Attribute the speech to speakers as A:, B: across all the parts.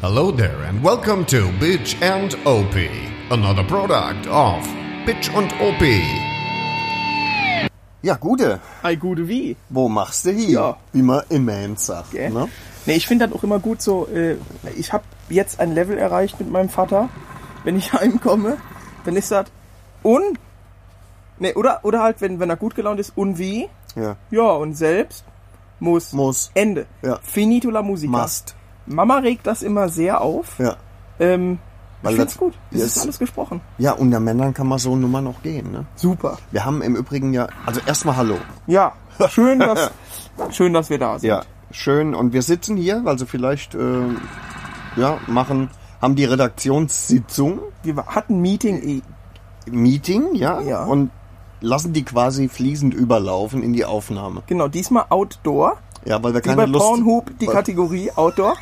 A: Hello there and welcome to Bitch and OP, another product of Bitch und OP.
B: Ja, gute.
C: Ei, gute wie.
B: Wo machst du hier?
C: Ja.
B: Wie man im Man sagt.
C: Gell?
B: Ne?
C: Nee, ich finde das auch immer gut so, äh, ich habe jetzt ein Level erreicht mit meinem Vater. Wenn ich heimkomme, dann ist das un. Nee, oder, oder halt, wenn, wenn er gut gelaunt ist, un wie.
B: Ja.
C: Ja, und selbst muss.
B: Muss.
C: Ende.
B: Ja.
C: Finito la musica.
B: Must.
C: Mama regt das immer sehr auf.
B: Ja.
C: Ähm,
B: Weil
C: ich find's
B: das-
C: gut. Es
B: Ja,
C: ist
B: es-
C: alles gesprochen.
B: Ja, unter Männern kann man so Nummer noch gehen. Ne?
C: Super.
B: Wir haben im Übrigen ja, also erstmal Hallo.
C: Ja, schön, dass, schön, dass wir da sind.
B: Ja, schön. Und wir sitzen hier, weil sie vielleicht, äh, ja, machen, haben die Redaktionssitzung,
C: Wir hatten ein Meeting eh
B: Meeting, ja,
C: Ja.
B: und lassen die quasi fließend überlaufen in die Aufnahme.
C: Genau, diesmal Outdoor.
B: Ja, weil wir
C: Wie
B: keine
C: bei
B: Lust
C: Pornhub die Kategorie Outdoor.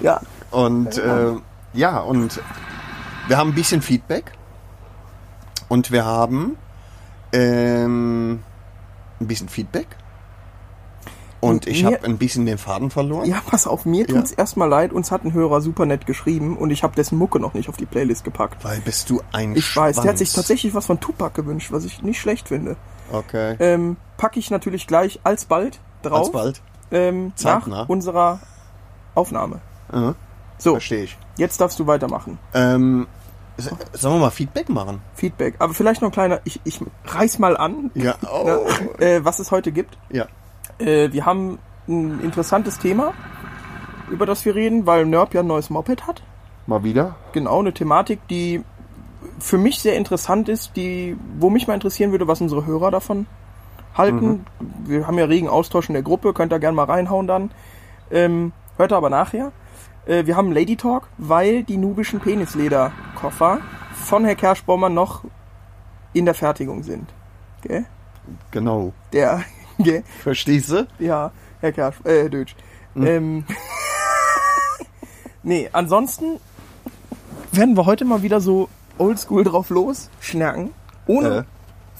C: ja,
B: Und äh, ja, und wir haben ein bisschen Feedback. Und wir haben ähm, ein bisschen Feedback. Und ich
C: Mir-
B: habe ein bisschen den Faden verloren.
C: ja, pass auf, mir tut's erstmal leid, uns hat ein Hörer super nett geschrieben und ich habe dessen Mucke noch nicht auf die Playlist gepackt.
B: Weil bist du ein
C: Ich weiß, der hat sich
B: Schwanz.
C: tatsächlich was von Tupac gewünscht, was ich nicht schlecht finde.
B: Okay.
C: Ähm, packe ich natürlich gleich alsbald drauf.
B: Alsbald.
C: Ähm,
B: Zeitnah.
C: Nach unserer Aufnahme. So,
B: Verstehe ich.
C: jetzt darfst du weitermachen.
B: Ähm, s- sollen wir mal Feedback machen?
C: Feedback. Aber vielleicht noch ein kleiner, ich, ich reiß mal an,
B: Ja.
C: ne,
B: Oh.
C: äh, was es heute gibt.
B: ja.
C: Äh, wir haben ein interessantes Thema, über das wir reden, weil Nerp ja ein neues Moped hat.
B: Mal wieder?
C: Genau, eine Thematik, die für mich sehr interessant ist, die, wo mich mal interessieren würde, was unsere Hörer davon halten. Wir haben ja regen Austausch in der Gruppe, könnt da gerne mal reinhauen dann. Ähm, hört aber nachher. Äh, wir haben Lady Talk, weil die nubischen Penislederkoffer von Herr Kerschbaumer noch in der Fertigung sind. Gell?
B: Genau.
C: Der, gell?
B: Verstehst du?
C: Ja, Herr Kersch, äh, Herr Deutsch.
B: Hm.
C: Ähm, nee, ansonsten werden wir heute mal wieder so oldschool drauf los schnacken. Ohne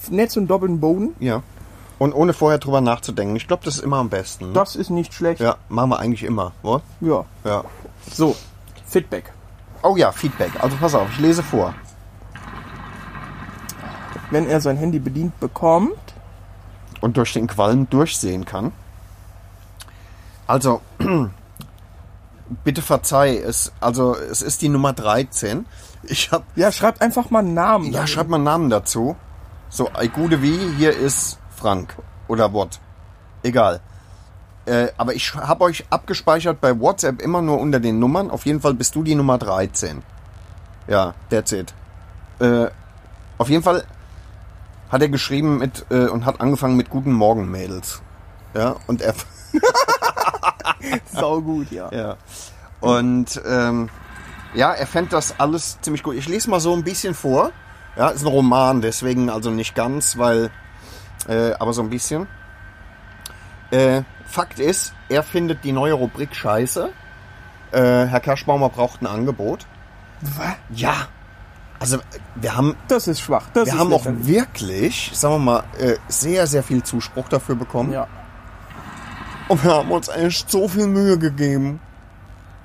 B: Äh.
C: Netz und doppelten Boden.
B: Ja. Und ohne vorher drüber nachzudenken. Ich glaube, das ist immer am besten. ne?
C: Das ist nicht schlecht.
B: Ja, machen wir eigentlich immer, wo?
C: Ja.
B: Ja.
C: So, Feedback.
B: Oh ja, Feedback. Also pass auf, ich lese vor.
C: Wenn er sein Handy bedient bekommt,
B: Und durch den Qualm durchsehen kann. Also, bitte verzeih, es, also, es ist die Nummer 13. Ich hab,
C: ja, schreibt einfach mal einen Namen.
B: ja,
C: dahin.
B: schreib mal einen Namen dazu. So, I gute wie, hier ist Frank. Oder what. Egal. Äh, aber ich habe euch abgespeichert bei WhatsApp immer nur unter den Nummern. Auf jeden Fall bist du die Nummer 13. Ja, that's it. Äh, auf jeden Fall hat er geschrieben mit äh, und hat angefangen mit Guten Morgen, Mädels. Ja, und er.
C: Sau gut, ja.
B: Ja. Und ähm, ja, er fand das alles ziemlich gut. Ich lese mal so ein bisschen vor. Ja, ist ein Roman, deswegen also nicht ganz, weil, äh, aber so ein bisschen. Äh, Fakt ist, er findet die neue Rubrik scheiße. Äh, Herr Kerschbaumer braucht ein Angebot.
C: Was?
B: Ja. Also wir haben,
C: Das ist schwach. Das
B: wir
C: ist
B: haben auch
C: lächerlich.
B: wirklich, sagen wir mal, äh, sehr, sehr viel Zuspruch dafür bekommen.
C: Ja.
B: Und wir haben uns echt so viel Mühe gegeben.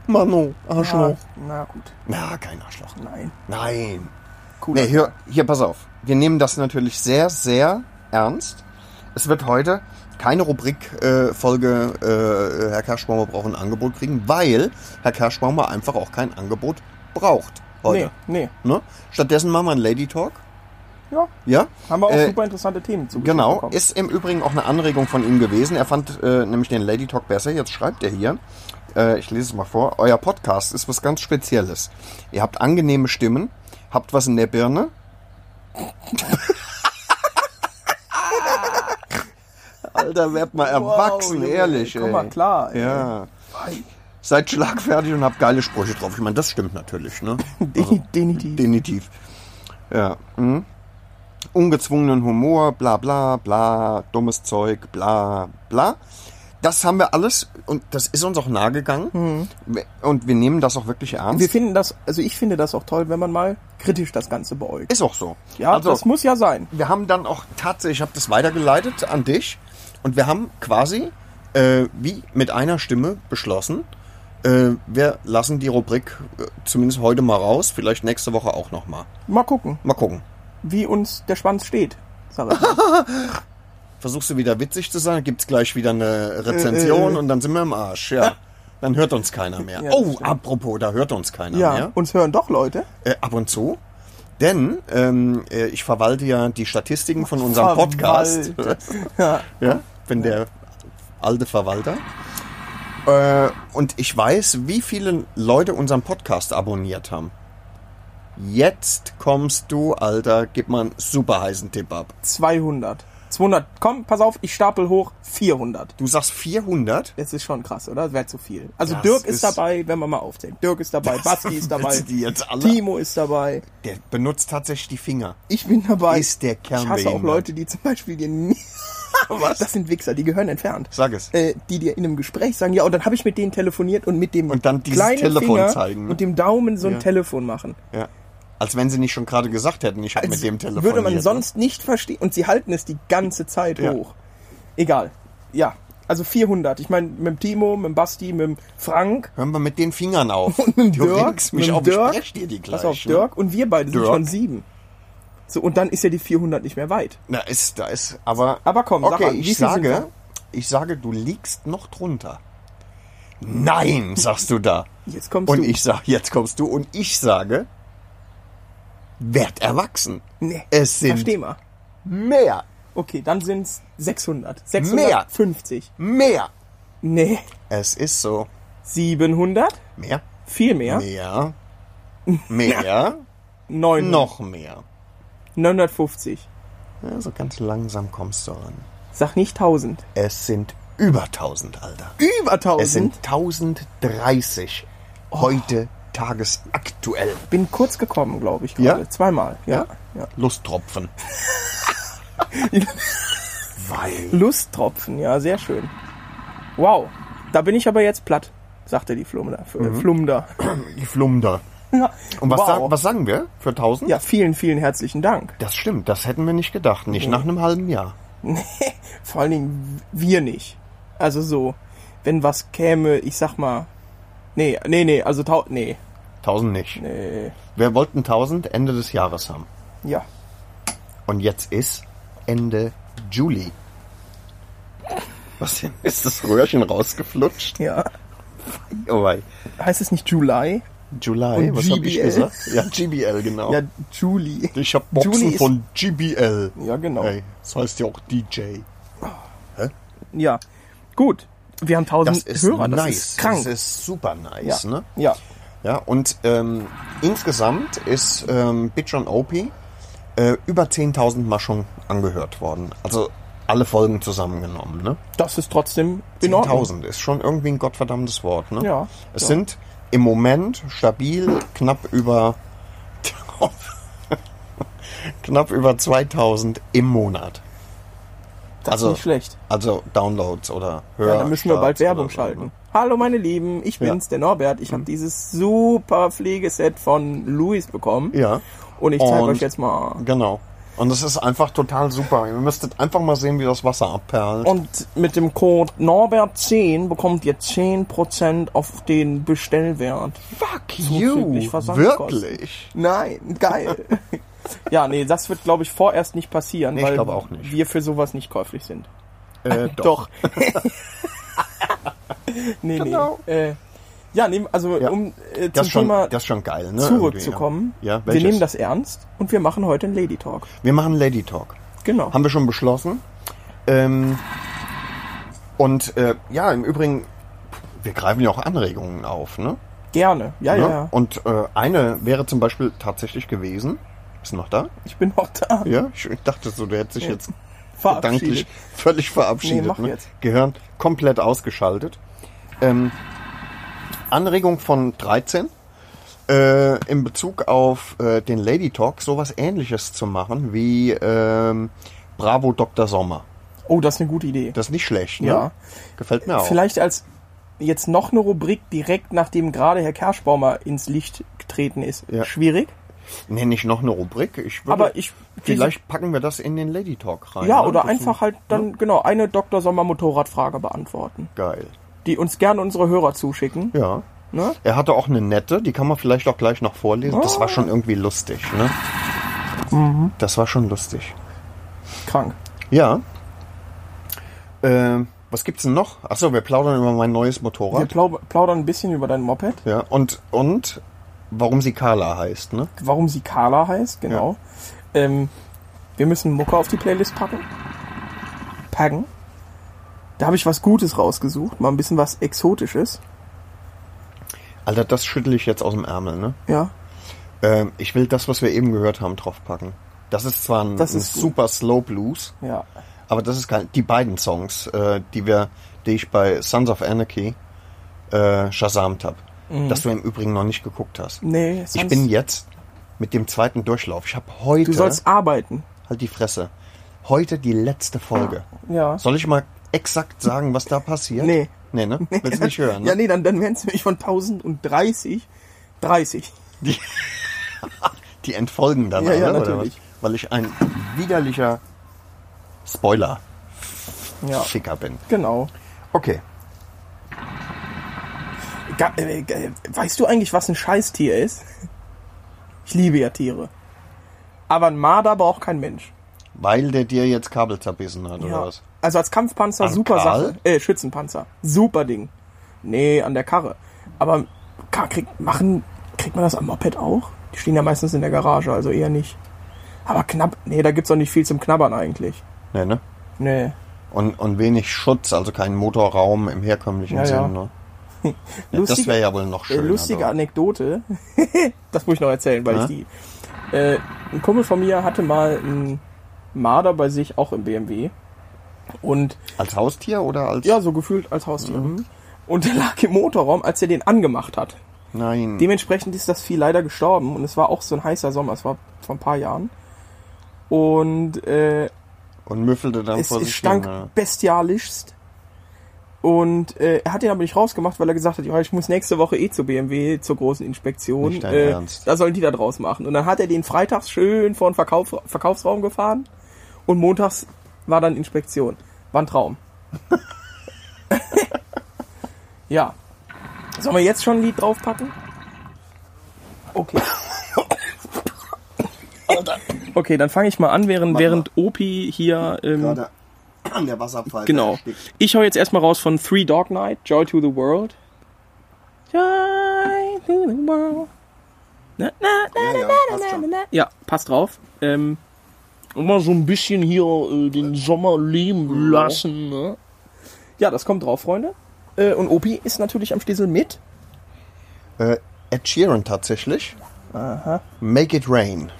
B: Mano, Arschloch.
C: Ah, na gut,
B: Na, kein Arschloch.
C: nein.
B: Nein.
C: Cool.
B: Nee, hier, hier, pass auf. Wir nehmen das natürlich sehr, sehr ernst. Es wird heute keine Rubrikfolge äh, Folge, äh, Herr Kerschbaumer braucht ein Angebot kriegen, weil Herr Kerschbaumer einfach auch kein Angebot braucht
C: nee,
B: heute.
C: nee.
B: Ne? Stattdessen machen wir einen Lady Talk.
C: Ja,
B: Ja?
C: haben wir auch
B: Äh,
C: super interessante Themen zu Gesicht
B: Genau,
C: bekommen.
B: ist im Übrigen auch eine Anregung von ihm gewesen. Er fand äh, nämlich den Lady Talk besser. Jetzt schreibt er hier, äh, ich lese es mal vor, euer Podcast ist was ganz Spezielles. Ihr habt angenehme Stimmen, habt was in der Birne. Alter, werd mal erwachsen,
C: Junge,
B: ehrlich.
C: komm mal klar, ey.
B: Ja. Seid schlagfertig und habt geile Sprüche drauf. Ich meine, das stimmt natürlich, ne?
C: Den- Definitiv.
B: Definitiv. Ja. Mhm. Ungezwungenen Humor, bla bla bla, dummes Zeug, bla bla. Das haben wir alles und das ist uns auch nahe gegangen. Und wir nehmen das auch wirklich ernst.
C: Mhm. Wir finden das, also ich finde das auch toll, wenn man mal kritisch das Ganze beäugt.
B: ist auch so.
C: Ja,
B: also,
C: das muss ja sein.
B: wir haben dann auch tatsächlich, ich habe das weitergeleitet an dich und wir haben quasi äh, wie mit einer Stimme beschlossen, Äh, wir lassen die Rubrik äh, zumindest heute mal raus, vielleicht nächste Woche auch nochmal.
C: Mal gucken,
B: Mal gucken.
C: wie uns der Schwanz steht. Sag ich mal.
B: Versuchst du wieder witzig zu sein, gibt's gleich wieder eine Rezension und dann sind wir im Arsch, ja. Dann hört uns keiner mehr.
C: Äh, Ja, das
B: oh,
C: stimmt.
B: apropos, da hört uns keiner
C: ja,
B: mehr.
C: uns hören doch Leute.
B: äh, ab und zu. Denn ähm, äh, ich verwalte ja die Statistiken von unserem Podcast.
C: ja.
B: ja, bin der alte Verwalter. Äh, und ich weiß, wie viele Leute unseren Podcast abonniert haben. Jetzt kommst du, Alter, gib mal einen super heißen Tipp ab.
C: 200. 200. Komm, pass auf, ich stapel hoch. 400.
B: Du sagst 400?
C: Das ist schon krass, oder? Das wäre zu viel. Also
B: Das
C: Dirk ist
B: ist-
C: dabei, wenn wir mal aufzählen. Dirk ist dabei, Basti ist dabei,
B: Willst du Die jetzt alle?
C: Timo ist dabei,
B: Der benutzt tatsächlich die Finger.
C: ich bin dabei.
B: Ist der Kerl
C: Ich hasse auch
B: behindert.
C: Leute, die zum Beispiel dir nie...
B: Was?
C: Das sind Wichser, die gehören entfernt.
B: Sag es.
C: Äh, die dir in einem Gespräch sagen, ja, und dann habe ich mit denen telefoniert und mit dem
B: Und dann dieses
C: kleinen
B: Telefon
C: Finger
B: zeigen, ne?
C: und dem Daumen so ein
B: Ja.
C: Telefon machen.
B: Ja. Als wenn sie nicht schon gerade gesagt hätten, ich habe mit dem telefoniert.
C: Würde man
B: ne?
C: sonst nicht verstehen. Und sie halten es die ganze Zeit
B: Ja.
C: hoch. Egal. Ja, also 400. Ich meine, mit dem Timo, mit dem Basti, mit dem Frank,
B: Hören wir mit den Fingern auf.
C: mit
B: du
C: Dirk,
B: regst mich
C: mit
B: auf,
C: Dirk.
B: ich sprech dir die gleich.
C: pass auf,
B: ne?
C: Dirk und wir beide sind
B: Dirk.
C: schon sieben. So, und dann ist ja die 400 nicht mehr weit.
B: Na, ist, ne? da ist, aber...
C: Aber komm, sag
B: okay,
C: mal, wie viel
B: ich
C: sind
B: sage,
C: wir?
B: ich sage, du liegst noch drunter. Nein, sagst du da.
C: Jetzt kommst
B: Und
C: du.
B: ich sage, jetzt kommst du und ich sage, werd erwachsen.
C: Nee,
B: Es sind
C: versteh mal.
B: mehr,
C: Okay, dann sind es 600.
B: Mehr.
C: 650.
B: mehr.
C: Nee.
B: Es ist so.
C: 700?
B: Mehr,
C: Viel mehr.
B: mehr, mehr,
C: 900.
B: noch mehr.
C: 950.
B: Ja, so ganz langsam kommst du ran.
C: Sag nicht 1000.
B: Es sind über 1000, Alter.
C: Über 1000?
B: Es sind 1030 heute tagesaktuell.
C: Bin kurz gekommen, glaube ich.
B: Ja?
C: Gerade. Zweimal. Ja. ja.
B: Lusttropfen. Weil.
C: Lusttropfen, ja, sehr schön. Wow. Da bin ich aber jetzt platt, sagte die Flumda. F- äh, Flumda.
B: Die Flumder.
C: Ja.
B: Mhm. Und was,
C: wow.
B: sag, was sagen wir für 1000?
C: Ja, vielen, vielen herzlichen Dank.
B: Das stimmt, das hätten wir nicht gedacht. Nicht nach einem halben Jahr.
C: Vor allen Dingen wir nicht. Also so, wenn was käme, ich sag mal. Nee, nee, nee, also tau nee.
B: 1000 nicht.
C: Äh,
B: Wir wollten 1000 Ende des Jahres haben.
C: ja.
B: Und jetzt ist Ende Juli. Was denn? Ist das Röhrchen rausgeflutscht?
C: Ja.
B: Oh wei.
C: Heißt es nicht July?
B: July,
C: Und
B: was habe ich
C: GBL?
B: gesagt? Ja, GBL, genau.
C: Ja, Julie.
B: Ich hab Boxen
C: Juli ist-
B: von GBL.
C: Ja, genau.
B: Ey, das heißt ja auch DJ.
C: Ja. Gut. Wir haben 1000 Hörer, das ist krank.
B: Das ist super
C: ja.
B: nice, ne?
C: ja.
B: Ja, und ähm, insgesamt ist ähm, Bitch on OP äh, über 10.000 Mal schon angehört worden. Also alle Folgen zusammengenommen, ne?
C: Das ist trotzdem in Ordnung.
B: 10.000 ist schon irgendwie ein gottverdammtes Wort, ne?
C: Ja,
B: Es
C: ja.
B: sind im Moment stabil knapp über knapp über 2.000 im Monat.
C: Das
B: Also-
C: ist nicht schlecht.
B: Also Downloads oder Hörer.
C: Ja, dann müssen wir bald Werbung schalten. Hallo meine Lieben, ich
B: ne? Ja. Mhm.
C: bin's, der Norbert. Ich habe dieses super Pflegeset von Luis bekommen.
B: Ja.
C: Und ich zeige
B: Und-
C: euch jetzt mal.
B: Genau. Und es ist einfach total super. Ihr müsstet einfach mal sehen, wie das Wasser abperlt.
C: Und mit dem Code Norbert10 bekommt ihr 10% auf den Bestellwert.
B: fuck
C: zuzüglich Versandkosten.
B: Wirklich?
C: Nein, geil. ja, nee, das wird glaube ich vorerst nicht passieren,
B: Nee, ich
C: weil
B: glaube auch nicht.
C: wir für sowas nicht käuflich sind.
B: Äh,
C: Doch. nee,
B: Genau.
C: nee. Äh, ja, nee, also
B: Ja.
C: um äh,
B: Das
C: zum
B: ist, schon,
C: Thema
B: das ist schon geil, ne?
C: zurückzukommen.
B: Irgendwie, ne? Ja, ja
C: wir
B: welches?
C: nehmen das ernst und wir machen heute einen Lady Talk.
B: Wir machen Lady Talk.
C: Genau.
B: Haben wir schon beschlossen. Ähm, und äh, ja, im Übrigen, wir greifen ja auch Anregungen auf, ne?
C: Gerne. Ja, ja,
B: ne?
C: ja.
B: Und äh, eine wäre zum Beispiel tatsächlich gewesen. Ist noch da? Oh.
C: Ich bin noch da.
B: Ja, ich dachte so, der hätte sich jetzt gedanklich
C: Verabschiedet.
B: völlig verabschiedet.
C: Nee, mach
B: ne?
C: jetzt.
B: Gehirn komplett ausgeschaltet. Ähm, Anregung von 13 äh, in Bezug auf äh, den Lady Talk sowas ähnliches zu machen wie ähm, Bravo Dr. Sommer.
C: Oh, das ist eine gute Idee.
B: Das ist nicht schlecht, ne?
C: Ja.
B: Gefällt mir auch.
C: Vielleicht als jetzt noch eine Rubrik direkt nachdem gerade Herr Kerschbaumer ins Licht getreten ist.
B: Ja.
C: Schwierig.
B: Nee, nicht noch eine Rubrik. Ich würde,
C: Aber ich-
B: vielleicht packen wir das in den Lady Talk rein.
C: Ja,
B: ne?
C: oder
B: Das ist
C: einfach halt dann genau eine Dr. Sommer Motorradfrage beantworten,
B: geil.
C: die uns gerne unsere Hörer zuschicken.
B: Ja.
C: Ne?
B: Er hatte auch eine nette, die kann man vielleicht auch gleich noch vorlesen. Das war schon irgendwie lustig, ne?
C: Mhm.
B: Das war schon lustig.
C: Krank.
B: Ja. Ähm, was gibt's denn noch? Achso, wir plaudern über mein neues
C: Wir
B: Motorrad.
C: plau- plaudern ein bisschen über dein Moped,
B: Ja, und, und warum sie Carla heißt, ne?
C: warum sie Carla heißt, genau. Ähm, wir müssen Mucke auf die Playlist packen. Packen. Da habe ich was Gutes rausgesucht, mal ein bisschen was Exotisches.
B: Alter, das schüttel ich jetzt aus dem Ärmel, ne?
C: Ja,
B: Ähm, ich will das, was wir eben gehört haben, draufpacken. Das ist zwar ein,
C: Das
B: ein
C: ist gut.
B: super Slow Blues,
C: ja.
B: aber das ist geil. Die beiden Songs, äh, die wir, die ich bei Sons of Anarchy äh, shazamt habe,
C: Mhm.
B: dass du im Übrigen noch nicht geguckt hast.
C: Nee, sonst-
B: Ich bin jetzt mit dem zweiten Durchlauf. Ich habe
C: Du
B: heute
C: sollst arbeiten.
B: halt die Fresse. Heute die letzte Folge.
C: Ja.
B: Soll ich mal exakt sagen, was da passiert?
C: Nee.
B: Nee, ne? Willst du nicht hören? Ne?
C: Ja, nee, dann, dann wären es nämlich von 1030 30.
B: Die entfolgen dann
C: Ja,
B: alle,
C: ja,
B: oder
C: natürlich.
B: was? Weil ich ein widerlicher Spoiler
C: Ja,
B: Ficker bin.
C: genau.
B: Okay.
C: Ga- äh, äh, Weißt du eigentlich, was ein Scheißtier ist? Ich liebe ja Tiere. Aber ein Marder braucht kein Mensch.
B: Weil der dir jetzt Kabel zerbissen hat, oder
C: Ja.
B: was?
C: Also als Kampfpanzer
B: An
C: super
B: Karl?
C: Sache. Äh, Schützenpanzer. Super Ding. Nee, an der Karre. Aber Ka- kriegt, machen, kriegt man das am Moped auch? Die stehen ja meistens in der Garage, also eher nicht. Aber knapp. Nee, da gibt's auch nicht viel zum Knabbern eigentlich.
B: Nee, ne?
C: Nee.
B: Und, und wenig Schutz, also kein Motorraum im herkömmlichen
C: Ja,
B: Sinne.
C: ja.
B: Ne? Ja, das
C: Lustige-
B: wäre ja wohl noch
C: Äh,
B: schöner.
C: lustige
B: doch.
C: Anekdote. das muss ich noch erzählen, weil
B: Ja?
C: ich die. Äh, ein Kumpel von mir hatte mal einen Marder bei sich, auch im BMW. Und
B: Als Haustier oder als...
C: ja, so gefühlt als Haustier.
B: Mhm.
C: Und der lag im Motorraum, als er den angemacht hat.
B: Nein.
C: Dementsprechend ist das Vieh leider gestorben und es war auch so ein heißer Sommer, es war vor ein paar Jahren. Und äh,
B: Und müffelte dann
C: es,
B: vor
C: es
B: sich
C: stank
B: hin. ne?
C: bestialischst. Und äh, er hat den aber nicht rausgemacht, weil er gesagt hat, "Ja, ich muss nächste Woche eh zur BMW zur großen Inspektion.
B: Nicht dein
C: äh,
B: Ernst.
C: Da sollen die da draus machen. Und dann hat er den freitags schön vor den Verkauf, Verkaufsraum gefahren und montags war dann Inspektion. War ein Traum. ja. Sollen wir jetzt schon ein Lied draufpacken? Okay. Okay, dann fange ich mal an, während,
B: Mach
C: während Opi hier ähm,
B: Gerade an der Wasserpfeife.
C: Genau.
B: erstickt.
C: Ich hau jetzt erstmal raus von Three Dog Night, Joy to the World. Joy to the World. Na, na, na,
B: Ja, ja, passt
C: na,
B: schon.
C: na. Ja, passt drauf. Ähm, immer so ein bisschen hier äh, den Sommer leben lassen. Ne? Ja, das kommt drauf, Freunde. Äh, und Opi ist natürlich am Stiesel mit.
B: Äh, Ed Sheeran tatsächlich. Make it rain.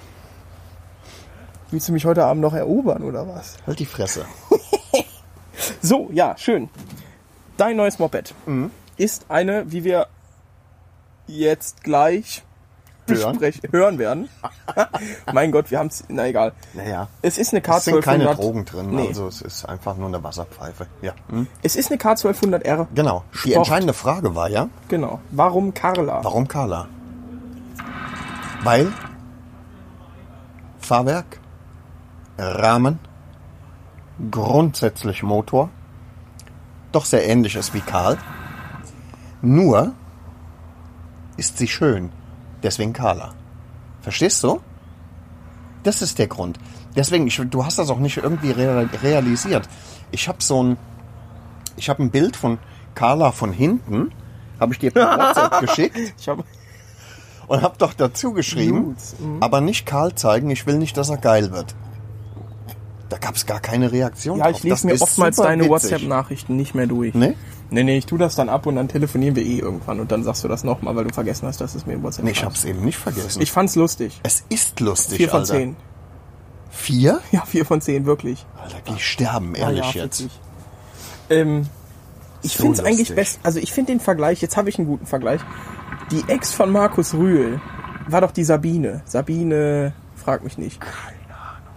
C: Willst du mich heute Abend noch erobern oder was?
B: Halt die Fresse.
C: So, ja, schön. Dein neues Moped ist eine, wie wir jetzt gleich
B: Hören.
C: besprechen, hören werden. mein Gott, wir haben es, na egal.
B: Naja.
C: Es ist eine K1200.
B: Es sind keine Drogen drin,
C: Nee.
B: also es ist einfach nur eine Wasserpfeife. Ja. Hm?
C: Es ist eine K1200R.
B: Genau. Die
C: Sport.
B: entscheidende Frage war ja,
C: Genau. Warum Carla?
B: warum Carla? Weil Fahrwerk, Rahmen, grundsätzlich Motor, doch sehr ähnlich ist wie Karl. Nur ist sie schön. Deswegen Carla. Verstehst du? Das ist der Grund. Deswegen, ich, du hast das auch nicht irgendwie real, realisiert. Ich habe so ein, ich habe ein Bild von Carla von hinten, habe ich dir per WhatsApp geschickt
C: Ich habe
B: und habe doch dazu geschrieben,
C: Nudes, mhm.
B: aber nicht Karl zeigen, ich will nicht, dass er geil wird. Da gab es gar keine Reaktion
C: ja, ich
B: Das
C: lese mir
B: ist
C: oftmals
B: super
C: deine
B: witzig.
C: WhatsApp-Nachrichten nicht mehr durch.
B: Nee?
C: Nee, nee, ich tu das dann ab und dann telefonieren wir eh irgendwann und dann sagst du das nochmal, weil du vergessen hast, dass du es mir im WhatsApp
B: Nee, ich
C: schreibst.
B: hab's eben nicht vergessen.
C: Ich fand's lustig.
B: es ist lustig,
C: Vier von
B: Alter.
C: zehn.
B: Vier?
C: Ja, vier von zehn, wirklich.
B: Alter, geh ich sterben,
C: Ja,
B: ehrlich
C: Ah, ja,
B: jetzt.
C: witzig. Ähm, ich
B: So
C: finde es eigentlich
B: lustig.
C: best. Also ich finde den Vergleich, jetzt habe ich einen guten Vergleich. Die Ex von Markus Rühl war doch die Sabine. Sabine, frag mich nicht.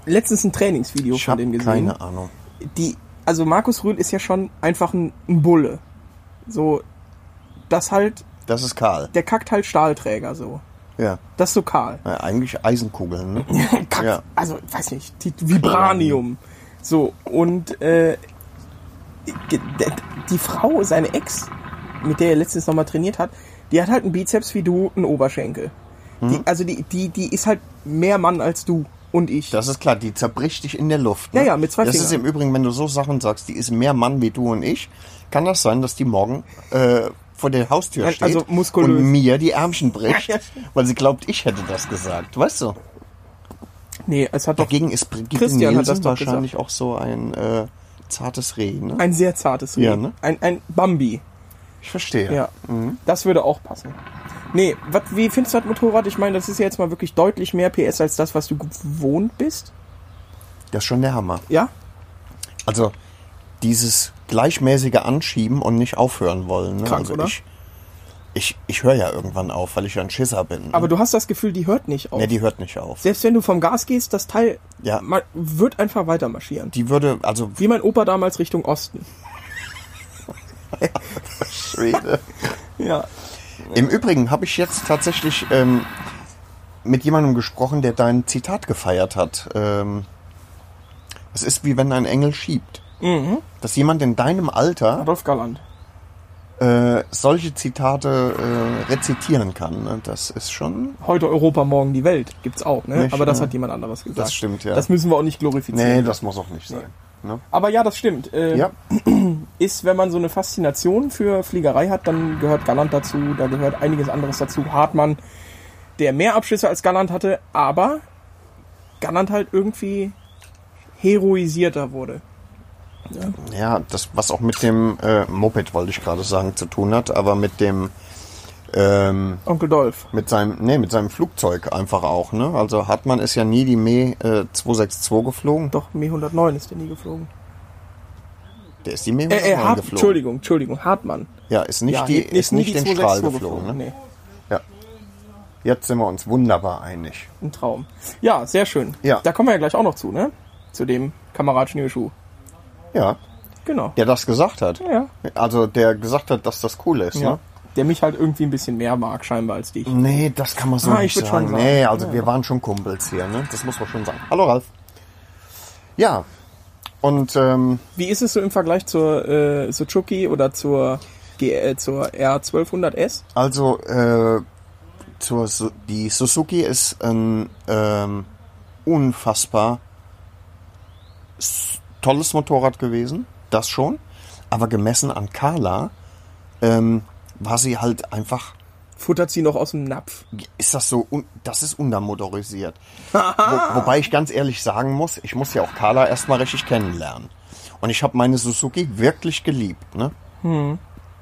C: Letztens ein Trainingsvideo
B: Ich
C: von
B: hab
C: dem gesehen.
B: keine Ahnung.
C: Die, also Markus Rühl ist ja schon einfach ein, ein Bulle. So, das halt,
B: Das ist Karl.
C: der kackt halt Stahlträger so.
B: Ja.
C: Das ist so Karl.
B: ja eigentlich Eisenkugeln, ne?
C: Kack,
B: Ja.
C: also weiß nicht, die Vibranium. So, und äh, ge- de- die Frau, seine Ex, mit der er letztens nochmal trainiert hat, die hat halt einen Bizeps wie du, einen Oberschenkel.
B: Mhm.
C: Die, also die, die, die ist halt mehr Mann als du und ich.
B: Das ist klar, die zerbricht dich in der Luft. ne?
C: Ja, ja, mit zwei
B: Das
C: Fingern.
B: ist im Übrigen, wenn du so Sachen sagst, die ist mehr Mann wie du und ich, kann das sein, dass die morgen äh, vor der Haustür
C: Nein,
B: steht
C: also muskulös.
B: und mir die Ärmchen bricht,
C: Ja, ja.
B: weil sie glaubt, ich hätte das gesagt. Weißt du?
C: nee, es hat doch
B: Dagegen ist Brigitte
C: Christian hat
B: Nielsen
C: das doch
B: wahrscheinlich auch so ein äh, zartes Reh. Ne?
C: ein sehr zartes Reh.
B: Ja, ne?
C: ein, ein Bambi.
B: ich verstehe.
C: Ja,
B: Mhm.
C: das würde auch passen. Nee, wat, wie findest du das Motorrad? Ich meine, das ist ja jetzt mal wirklich deutlich mehr PS als das, was du gewohnt bist.
B: Das ist schon der Hammer.
C: Ja?
B: Also dieses gleichmäßige Anschieben und nicht aufhören wollen. Ne?
C: Krank,
B: also
C: oder?
B: ich, ich, ich höre ja irgendwann auf, weil ich ja ein Schisser bin. Ne?
C: Aber du hast das Gefühl, die hört nicht auf.
B: ne, die hört nicht auf.
C: Selbst wenn du vom Gas gehst, das Teil
B: Ja.
C: ma- wird einfach weiter marschieren.
B: Die würde, also
C: Wie mein Opa damals Richtung Osten.
B: Schwede.
C: Ja.
B: Im Übrigen habe ich jetzt tatsächlich ähm, mit jemandem gesprochen, der dein Zitat gefeiert hat. Ähm, es ist wie wenn ein Engel schiebt. Dass jemand in deinem Alter
C: Adolf Galland.
B: äh, solche Zitate äh, rezitieren kann. Ne? Das ist schon.
C: Heute Europa, morgen die Welt. Gibt's auch, ne?
B: Nicht,
C: Aber das
B: ne?
C: hat jemand anderes gesagt.
B: Das stimmt, ja.
C: Das müssen wir auch nicht glorifizieren.
B: Nee, das muss auch nicht sein. Ne?
C: Aber ja, das stimmt. Äh,
B: Ja,
C: Ist, wenn man so eine Faszination für Fliegerei hat, dann gehört Galland dazu, da gehört einiges anderes dazu. Hartmann, der mehr Abschüsse als Galland hatte, aber Galland halt irgendwie heroisierter wurde.
B: ja, das, was auch mit dem äh, Moped, wollte ich gerade sagen, zu tun hat, aber mit dem. Ähm,
C: Onkel Dolph.
B: Mit seinem, nee, mit seinem Flugzeug einfach auch, ne? Also Hartmann ist ja nie die Me äh, 262 geflogen.
C: Doch, Me 109 ist der nie geflogen.
B: Der ist die Me
C: Äh, äh,
B: 109
C: Hart, Entschuldigung, Entschuldigung, Hartmann.
B: Ja, ist nicht, die, ist
C: nie
B: nicht den Strahl
C: 262
B: geflogen, ne?
C: Nee.
B: Ja. Jetzt sind wir uns wunderbar einig.
C: Ein Traum. Ja, sehr schön.
B: Ja.
C: Da kommen wir ja gleich auch noch zu, ne? Zu dem Kamerad Schneeschuh.
B: Ja,
C: Genau.
B: der das gesagt hat.
C: Ja.
B: Also der gesagt hat, dass das cool ist,
C: Ja.
B: ne?
C: Der mich halt irgendwie ein bisschen mehr mag, scheinbar als dich.
B: Nee, das kann man so
C: Ah,
B: nicht
C: ich würd
B: sagen.
C: schon sagen.
B: Nee, also
C: Ja.
B: wir waren schon Kumpels hier, ne? Das muss man schon sagen. Hallo Ralf. Ja. Und ähm,
C: Wie ist es so im Vergleich zur äh, Suzuki oder zur, G äh, zur R1200S?
B: Also, äh, zur, Su- die Suzuki ist ein ähm, unfassbar s- tolles Motorrad gewesen, das schon. Aber gemessen an Carla ähm, war sie halt einfach,
C: Futtert sie noch aus dem Napf?
B: ist das so, un, das ist untermotorisiert. Wo, wobei ich ganz ehrlich sagen muss, ich muss ja auch Carla erstmal richtig kennenlernen. Und ich habe meine Suzuki wirklich geliebt. Ne?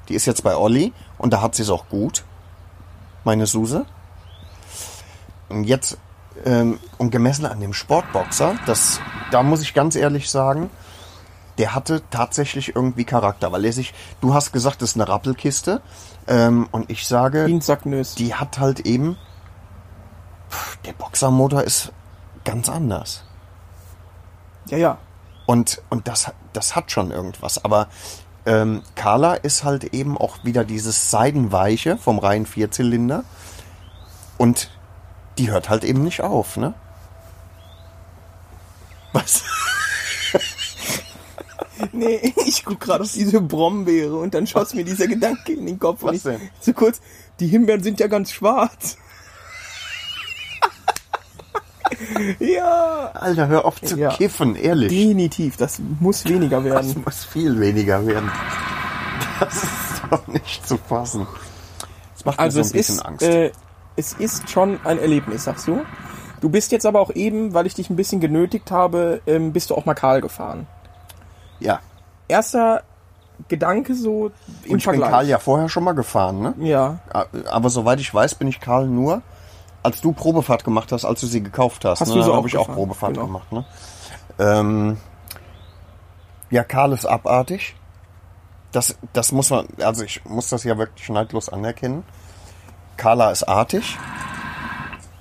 B: Die ist jetzt bei Olli und da hat sie es auch gut. Meine Suse. Und jetzt, ähm, und gemessen an dem Sportboxer, das, da muss ich ganz ehrlich sagen, der hatte tatsächlich irgendwie Charakter, weil er sich, du hast gesagt, das ist eine Rappelkiste, ähm, und ich sage,
C: Dienstsacknös.
B: die hat halt eben. Pff, der Boxermotor ist ganz anders.
C: Ja, ja.
B: Und, und das, das hat schon irgendwas. Aber ähm, Carla ist halt eben auch wieder dieses Seidenweiche vom reinen Vierzylinder. Und die hört halt eben nicht auf, ne? Was?
C: Nee, ich guck gerade auf diese Brombeere und dann schoss mir dieser Gedanke in den Kopf. und
B: Was
C: ich,
B: denn?
C: So kurz, die Himbeeren sind ja ganz schwarz. ja.
B: Alter, hör auf zu
C: Ja.
B: kiffen, ehrlich.
C: Definitiv, das muss weniger
B: Das
C: werden.
B: muss viel weniger werden. Das ist doch nicht zu fassen. Das macht
C: Also
B: mir
C: es
B: so ein bisschen
C: ist,
B: Angst.
C: äh, es ist schon ein Erlebnis, sagst du. Du bist jetzt aber auch eben, weil ich dich ein bisschen genötigt habe, ähm, bist du auch mal Karl gefahren.
B: ja.
C: Erster Gedanke so im
B: Und ich
C: Vergleich.
B: bin Karl ja vorher schon mal gefahren, ne?
C: ja.
B: Aber soweit ich weiß, bin ich Karl nur, als du Probefahrt gemacht hast, als du sie gekauft hast.
C: Hast
B: ne?
C: du sie
B: Dann
C: auch
B: habe ich auch
C: gefahren,
B: Probefahrt
C: genau.
B: gemacht. Ne? Ähm, ja, Karl ist abartig. Das, das muss man, also ich muss das ja wirklich neidlos anerkennen. Carla ist artig.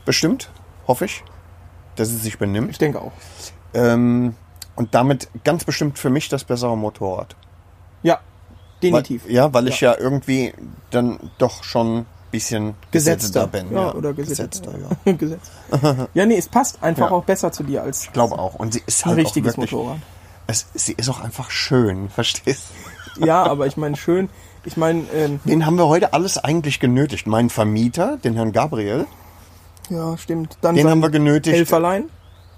B: Bestimmt, hoffe ich, dass sie sich
C: Ich
B: benimmt.
C: denke auch.
B: Ähm, und damit ganz bestimmt für mich das bessere Motorrad.
C: Ja,
B: Weil,
C: definitiv.
B: ja, weil ich ja irgendwie dann doch schon ein bisschen gesetzter, bin.
C: Ja, oder gesetzter.
B: ja.
C: ja. Gesetzt. ja, nee, es passt einfach
B: Ja.
C: auch besser zu dir als
B: Ich glaube auch. Und sie ist
C: ein
B: halt
C: richtiges
B: auch wirklich,
C: Motorrad.
B: Es, sie ist auch einfach schön, verstehst du?
C: ja, aber ich meine, schön. Ich meine, ähm,
B: Den haben wir heute alles eigentlich genötigt. Meinen Vermieter, den Herrn Gabriel,
C: ja, stimmt. Dann
B: den
C: sein
B: haben wir genötigt.
C: Helferlein.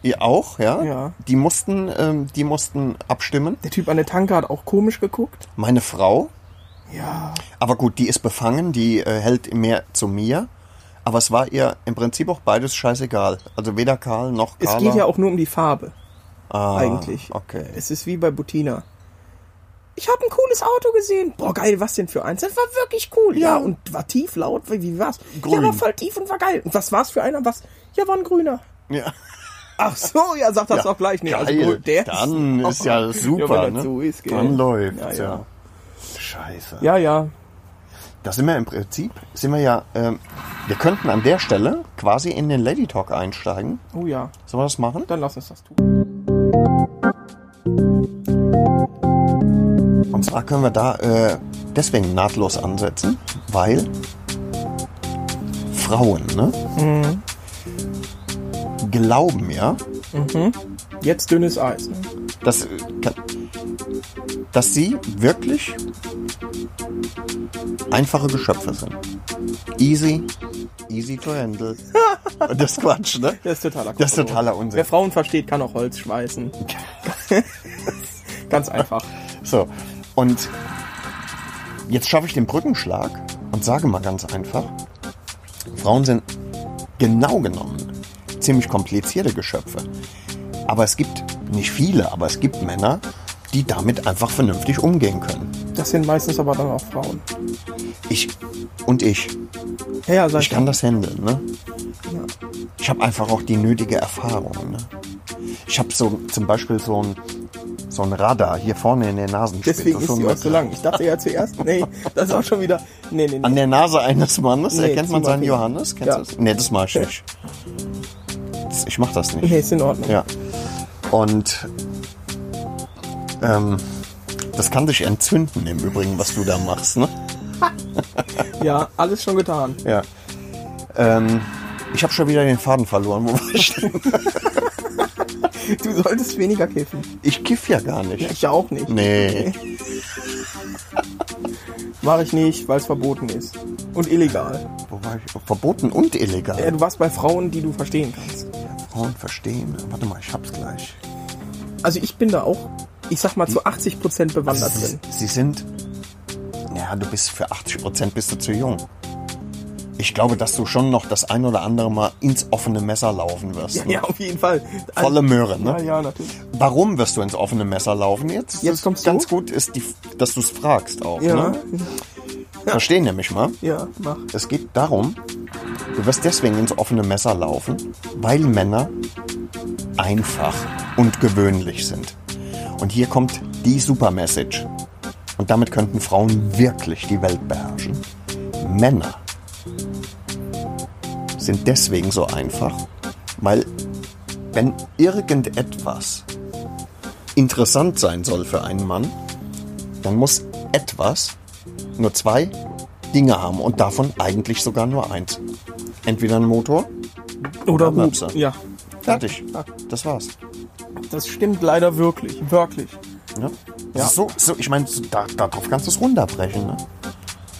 B: Ihr auch, ja?
C: Ja.
B: Die mussten, ähm, die mussten abstimmen.
C: Der Typ an der Tanke hat auch komisch geguckt.
B: Meine Frau,
C: Ja.
B: aber gut, die ist befangen, die äh, hält mehr zu mir. Aber es war ihr im Prinzip auch beides scheißegal. Also weder Karl noch
C: Es
B: Carla.
C: geht ja auch nur um die Farbe.
B: ah,
C: eigentlich.
B: Okay.
C: Es ist wie bei Butina. Ich habe ein cooles Auto gesehen. Boah, geil, was denn für eins? Das war wirklich cool. Ja, und war tief laut. Wie, wie war's?
B: Grün.
C: Ja, war voll tief und war geil. Und was war's für einer? Was? Ja, war ein grüner.
B: Ja.
C: Ach so, ja, sagt das auch gleich. Nee, also
B: Geil.
C: gut, der
B: Dann ist ja super,
C: wenn er
B: ne?
C: zu ist, gell?
B: Dann läuft,
C: Ja,
B: ja,
C: ja.
B: Scheiße.
C: Ja, ja.
B: Da sind wir im Prinzip, sind wir ja, ähm, wir könnten an der Stelle quasi in den Lady Talk einsteigen.
C: Oh ja,
B: Sollen wir das machen?
C: dann lass uns das tun.
B: Und zwar können wir da äh, deswegen nahtlos ansetzen, weil Frauen, ne?
C: Mhm.
B: Glauben ja,
C: Jetzt dünnes Eis. ne?
B: dass, äh, kann- dass sie wirklich einfache Geschöpfe sind. Easy, easy to handle. Und das ist Quatsch, ne?
C: Das ist totaler
B: Das ist
C: Quatsch.
B: totaler Unsinn.
C: Wer Frauen versteht, kann auch Holz schweißen. Ganz einfach.
B: So, und jetzt schaffe ich den Brückenschlag und sage mal ganz einfach, Frauen sind genau genommen ziemlich komplizierte Geschöpfe. Aber es gibt nicht viele, aber es gibt Männer, die damit einfach vernünftig umgehen können.
C: Das sind meistens aber dann auch Frauen.
B: Ich und ich.
C: Ja, ja, sag
B: Ich kann das handeln, ne?
C: Ja.
B: Ich habe einfach auch die nötige Erfahrung, ne? Ich habe so zum Beispiel so ein, so ein Radar hier vorne in der Nasenspitze.
C: Deswegen ist
B: ein
C: die auch so
B: Wecker.
C: lang. Ich dachte ja zuerst, nee, das ist auch schon wieder. Nee, nee,
B: An
C: nee.
B: der Nase eines Mannes
C: Nee,
B: erkennt man
C: zum
B: seinen
C: Beispiel.
B: Johannes. Kennst
C: Ja.
B: du das? Nee, das mach ich nicht. Das- Ich mach das nicht.
C: Nee, ist in Ordnung.
B: Ja. Und ähm, das kann dich entzünden im Übrigen, was du da machst. Ne?
C: Ja, alles schon getan.
B: Ja. Ähm, ich habe schon wieder den Faden verloren. Wo war ich denn?
C: Du solltest weniger kiffen.
B: Ich kiff ja gar nicht.
C: Ich ja auch nicht.
B: Nee.
C: Mache ich nicht, weil es verboten ist. Und illegal.
B: Wo war ich? Verboten und
C: Äh,
B: illegal.
C: Du warst bei Frauen, die du verstehen kannst.
B: Frauen verstehen. Warte mal, ich hab's gleich.
C: Also ich bin da auch, ich sag mal, zu
B: Hm?
C: 80 Prozent bewandert
B: Sie,
C: drin.
B: sie sind. Ja, du bist für 80 Prozent bist du zu jung. Ich glaube, dass du schon noch das ein oder andere Mal ins offene Messer laufen wirst. ne?
C: Ja, auf jeden Fall.
B: Volle Möhre, ne?
C: Ja, ja, natürlich.
B: Warum wirst du ins offene Messer laufen jetzt? Das
C: Jetzt
B: ist
C: kommst du?
B: ganz gut ist, die, dass du es fragst auch.
C: Ja,
B: Ne? Verstehen nämlich mal.
C: ja, mach.
B: Es geht darum, du wirst deswegen ins offene Messer laufen, weil Männer einfach und gewöhnlich sind. Und hier kommt die Supermessage. Und damit könnten Frauen wirklich die Welt beherrschen. Männer sind deswegen so einfach, weil wenn irgendetwas interessant sein soll für einen Mann, dann muss etwas nur zwei Dinge haben und davon eigentlich sogar nur eins. Entweder ein Motor,
C: Oder Hub.
B: Möpse.
C: Ja,
B: fertig. Das war's.
C: das stimmt leider wirklich. Wirklich.
B: Ne? Das
C: Ja.
B: ist So, so, ich meine, so, da, darauf kannst du es runterbrechen. Ne?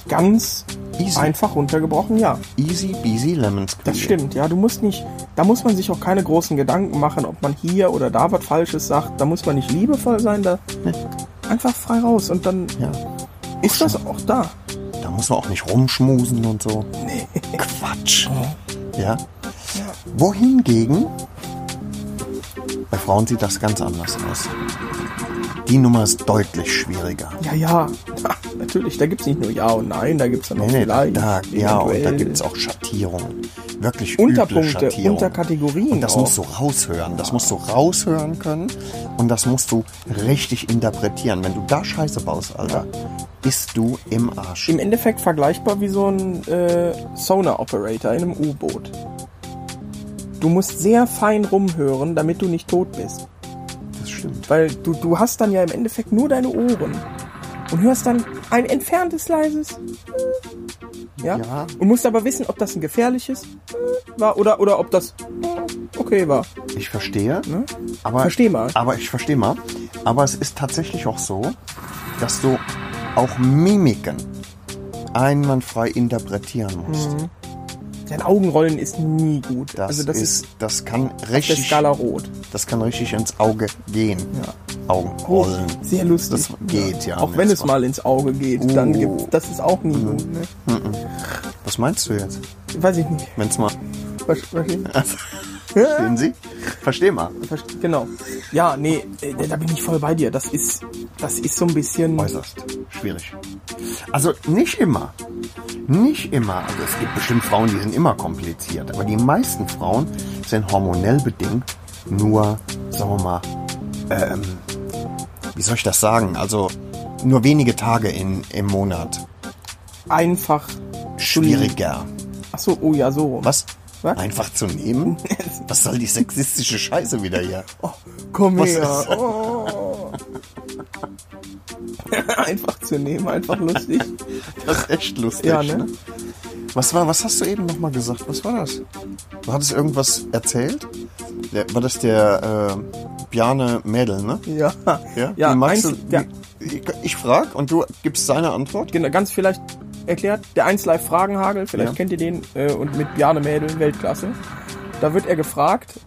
C: Ganz
B: Easy.
C: einfach runtergebrochen, ja.
B: Easy, beasy lemon squeezy.
C: Das stimmt, ja. Du musst nicht, da muss man sich auch keine großen Gedanken machen, ob man hier oder da was Falsches sagt. Da muss man nicht liebevoll sein, da einfach frei raus und dann
B: Ja.
C: ist das auch da.
B: Da muss man auch nicht rumschmusen und so. Quatsch. Ja. Wohingegen bei Frauen sieht das ganz anders aus. Die Nummer ist deutlich schwieriger.
C: Ja, ja. ja natürlich, da gibt's nicht nur Ja und Nein, da gibt's dann auch
B: Nee, nee, da,
C: vielleicht.
B: da, ja, und da
C: eventuell.
B: gibt es auch Schattierungen. Wirklich
C: Unterpunkte,
B: üble Schattierungen.
C: Unterkategorien
B: Und das
C: auch.
B: musst du raushören. Das musst du raushören können und das musst du richtig interpretieren. Wenn du da Scheiße baust, Alter, bist du im Arsch.
C: Im Endeffekt vergleichbar wie so ein äh, Sonar-Operator in einem U-Boot. Du musst sehr fein rumhören, damit du nicht tot bist.
B: das stimmt.
C: Weil du, du hast dann ja im Endeffekt nur deine Ohren und hörst dann ein entferntes leises. Ja?
B: Ja.
C: Und musst aber wissen, ob das ein gefährliches war oder, oder ob das okay war.
B: Ich verstehe. Aber,
C: Ne? Versteh mal.
B: Aber ich verstehe mal. Aber es ist tatsächlich auch so, dass du auch Mimiken einwandfrei interpretieren musst.
C: Dein Augenrollen ist nie gut.
B: Das,
C: Mhm. also das ist,
B: das kann
C: der
B: richtig,
C: Skala rot.
B: das kann richtig ins Auge gehen. Augenrollen.
C: Oh, Sehr lustig.
B: Das geht ja.
C: Auch wenn es mal ins Auge geht, dann
B: Uh.
C: gibt's, das ist auch nie gut. Ne?
B: Was meinst du jetzt?
C: Weiß ich nicht.
B: Wenn's mal.
C: Was, was,
B: Sehen Sie? Versteh mal.
C: was, genau. Ja, nee, äh, da bin ich voll bei dir. Das ist, das ist so ein bisschen.
B: äußerst schwierig. Also nicht immer. Nicht immer. Also es gibt bestimmt Frauen, die sind immer kompliziert. Aber die meisten Frauen sind hormonell bedingt nur, sagen wir mal, ähm, wie soll ich das sagen? Also nur wenige Tage in, im Monat.
C: einfach zu nehmen.
B: Schwieriger.
C: Ach so, oh ja, so rum.
B: Was?
C: Was?
B: Einfach zu nehmen? Was soll die sexistische Scheiße wieder hier?
C: Oh, komm
B: Was
C: her.
B: ist-
C: Oh. einfach zu nehmen, einfach lustig.
B: Das ist echt lustig.
C: Ja, ne?
B: Was, war, was hast du eben nochmal gesagt? Was war das? Du hattest irgendwas erzählt? Der, war das der äh, Bjarne Mädel, ne?
C: Ja.
B: Ja,
C: ja,
B: Wie magst
C: eins,
B: du,
C: ja
B: Ich, ich frag und du gibst seine Antwort?
C: genau, ganz vielleicht erklärt, der 1 Live Fragenhagel, vielleicht
B: Ja.
C: kennt ihr den, äh, und mit Bjarne Mädel, Weltklasse. Da wird er gefragt,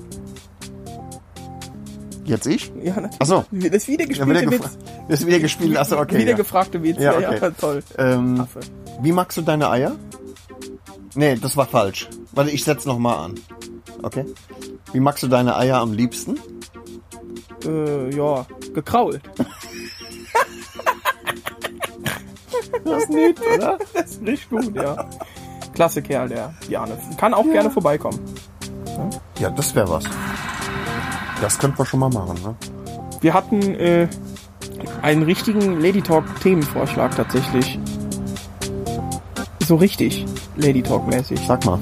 B: Jetzt ich?
C: ja, natürlich,
B: Ach so.
C: Wie- das
B: Ja, wieder
C: wiedergespielte
B: gef-
C: Witz.
B: das ist wieder gespielt. Achso, okay. ja.
C: Wiedergefragte Witz,
B: Ja, okay.
C: ja, toll.
B: Ähm,
C: Affe.
B: wie magst du deine Eier? Nee, das war falsch. Warte, ich setz nochmal an. Okay. Wie magst du deine Eier am liebsten?
C: Äh, ja, gekrault. das ist nett, oder? Das ist richtig gut, ja. Klasse Kerl, der Jane. Kann auch gerne vorbeikommen.
B: Ja, das wäre was. Das könnten wir schon mal machen, ne?
C: Wir hatten äh, einen richtigen Lady Talk Themenvorschlag tatsächlich. So richtig Lady Talk mäßig.
B: Sag mal.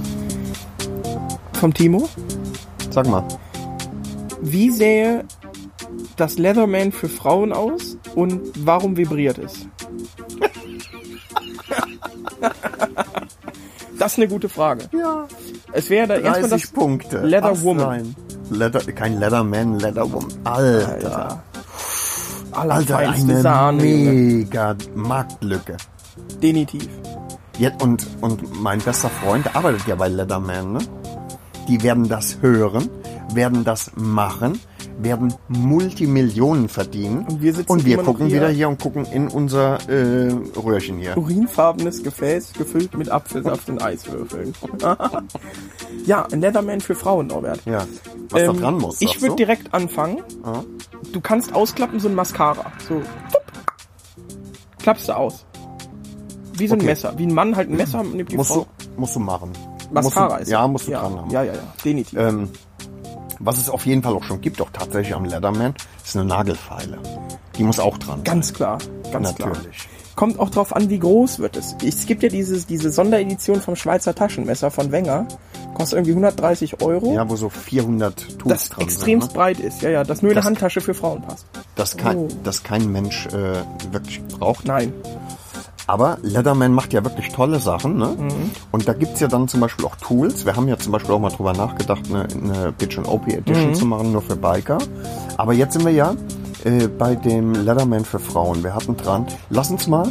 C: Vom Timo.
B: Sag mal.
C: Wie sähe das Leatherman für Frauen aus und warum vibriert es? das ist eine gute Frage.
B: Ja.
C: Es wäre da erstmal
B: 30
C: das
B: Punkte.
C: Leather
B: Ach,
C: Woman.
B: Nein. Leather, kein Leatherman, Leatherwoman. Alter. Alter,
C: allerfeinste
B: eine
C: Sahne. Junge.
B: mega Marktlücke.
C: Denitiv.
B: Jetzt, und, und mein bester Freund arbeitet ja bei Leatherman, ne? Die werden das hören, werden das machen, werden Multimillionen verdienen.
C: Und wir sitzen
B: und wir
C: immer noch
B: gucken
C: hier.
B: wieder hier und gucken in unser äh, Röhrchen hier.
C: Urinfarbenes Gefäß gefüllt mit Apfelsaft und Eiswürfeln. ja, ein Leatherman für Frauen, Norbert.
B: Ja. Was da
C: Ähm,
B: dran muss.
C: Ich
B: sagst
C: würde
B: du?
C: direkt anfangen. Du kannst ausklappen, so ein Mascara. So. Fupp. Klappst du aus. Wie so ein
B: Okay.
C: Messer. Wie ein Mann halt ein Messer nimmt die
B: Musst
C: Frau.
B: du, musst du machen.
C: Mascara
B: musst
C: ist
B: du, Ja, musst du
C: ja.
B: dran haben.
C: Ja, ja, ja. Definitiv.
B: Ähm, was es auf jeden Fall auch schon gibt, auch tatsächlich am Leatherman, ist eine Nagelfeile. Die muss auch dran.
C: Ganz klar. Ganz klar.
B: Natürlich.
C: Kommt auch drauf an, wie groß wird es. Es gibt ja dieses, diese Sonderedition vom Schweizer Taschenmesser von Wenger. Kostet irgendwie 130 Euro.
B: Ja, wo so 400 Tools
C: das
B: dran
C: extrem
B: sind. Ne?
C: breit ist. Ja, ja. Das nur in der
B: Das-
C: Handtasche für Frauen passt.
B: Das, kein,
C: Oh.
B: das kein Mensch äh, wirklich braucht.
C: Nein.
B: Aber Leatherman macht ja wirklich tolle Sachen. Ne?
C: Mhm.
B: Und da gibt's ja dann zum Beispiel auch Tools. Wir haben ja zum Beispiel auch mal drüber nachgedacht, eine, eine Bitch OP
C: Mhm.
B: Edition zu machen, nur für Biker. Aber jetzt sind wir ja äh, bei dem Leatherman für Frauen. Wir hatten dran. Lass uns mal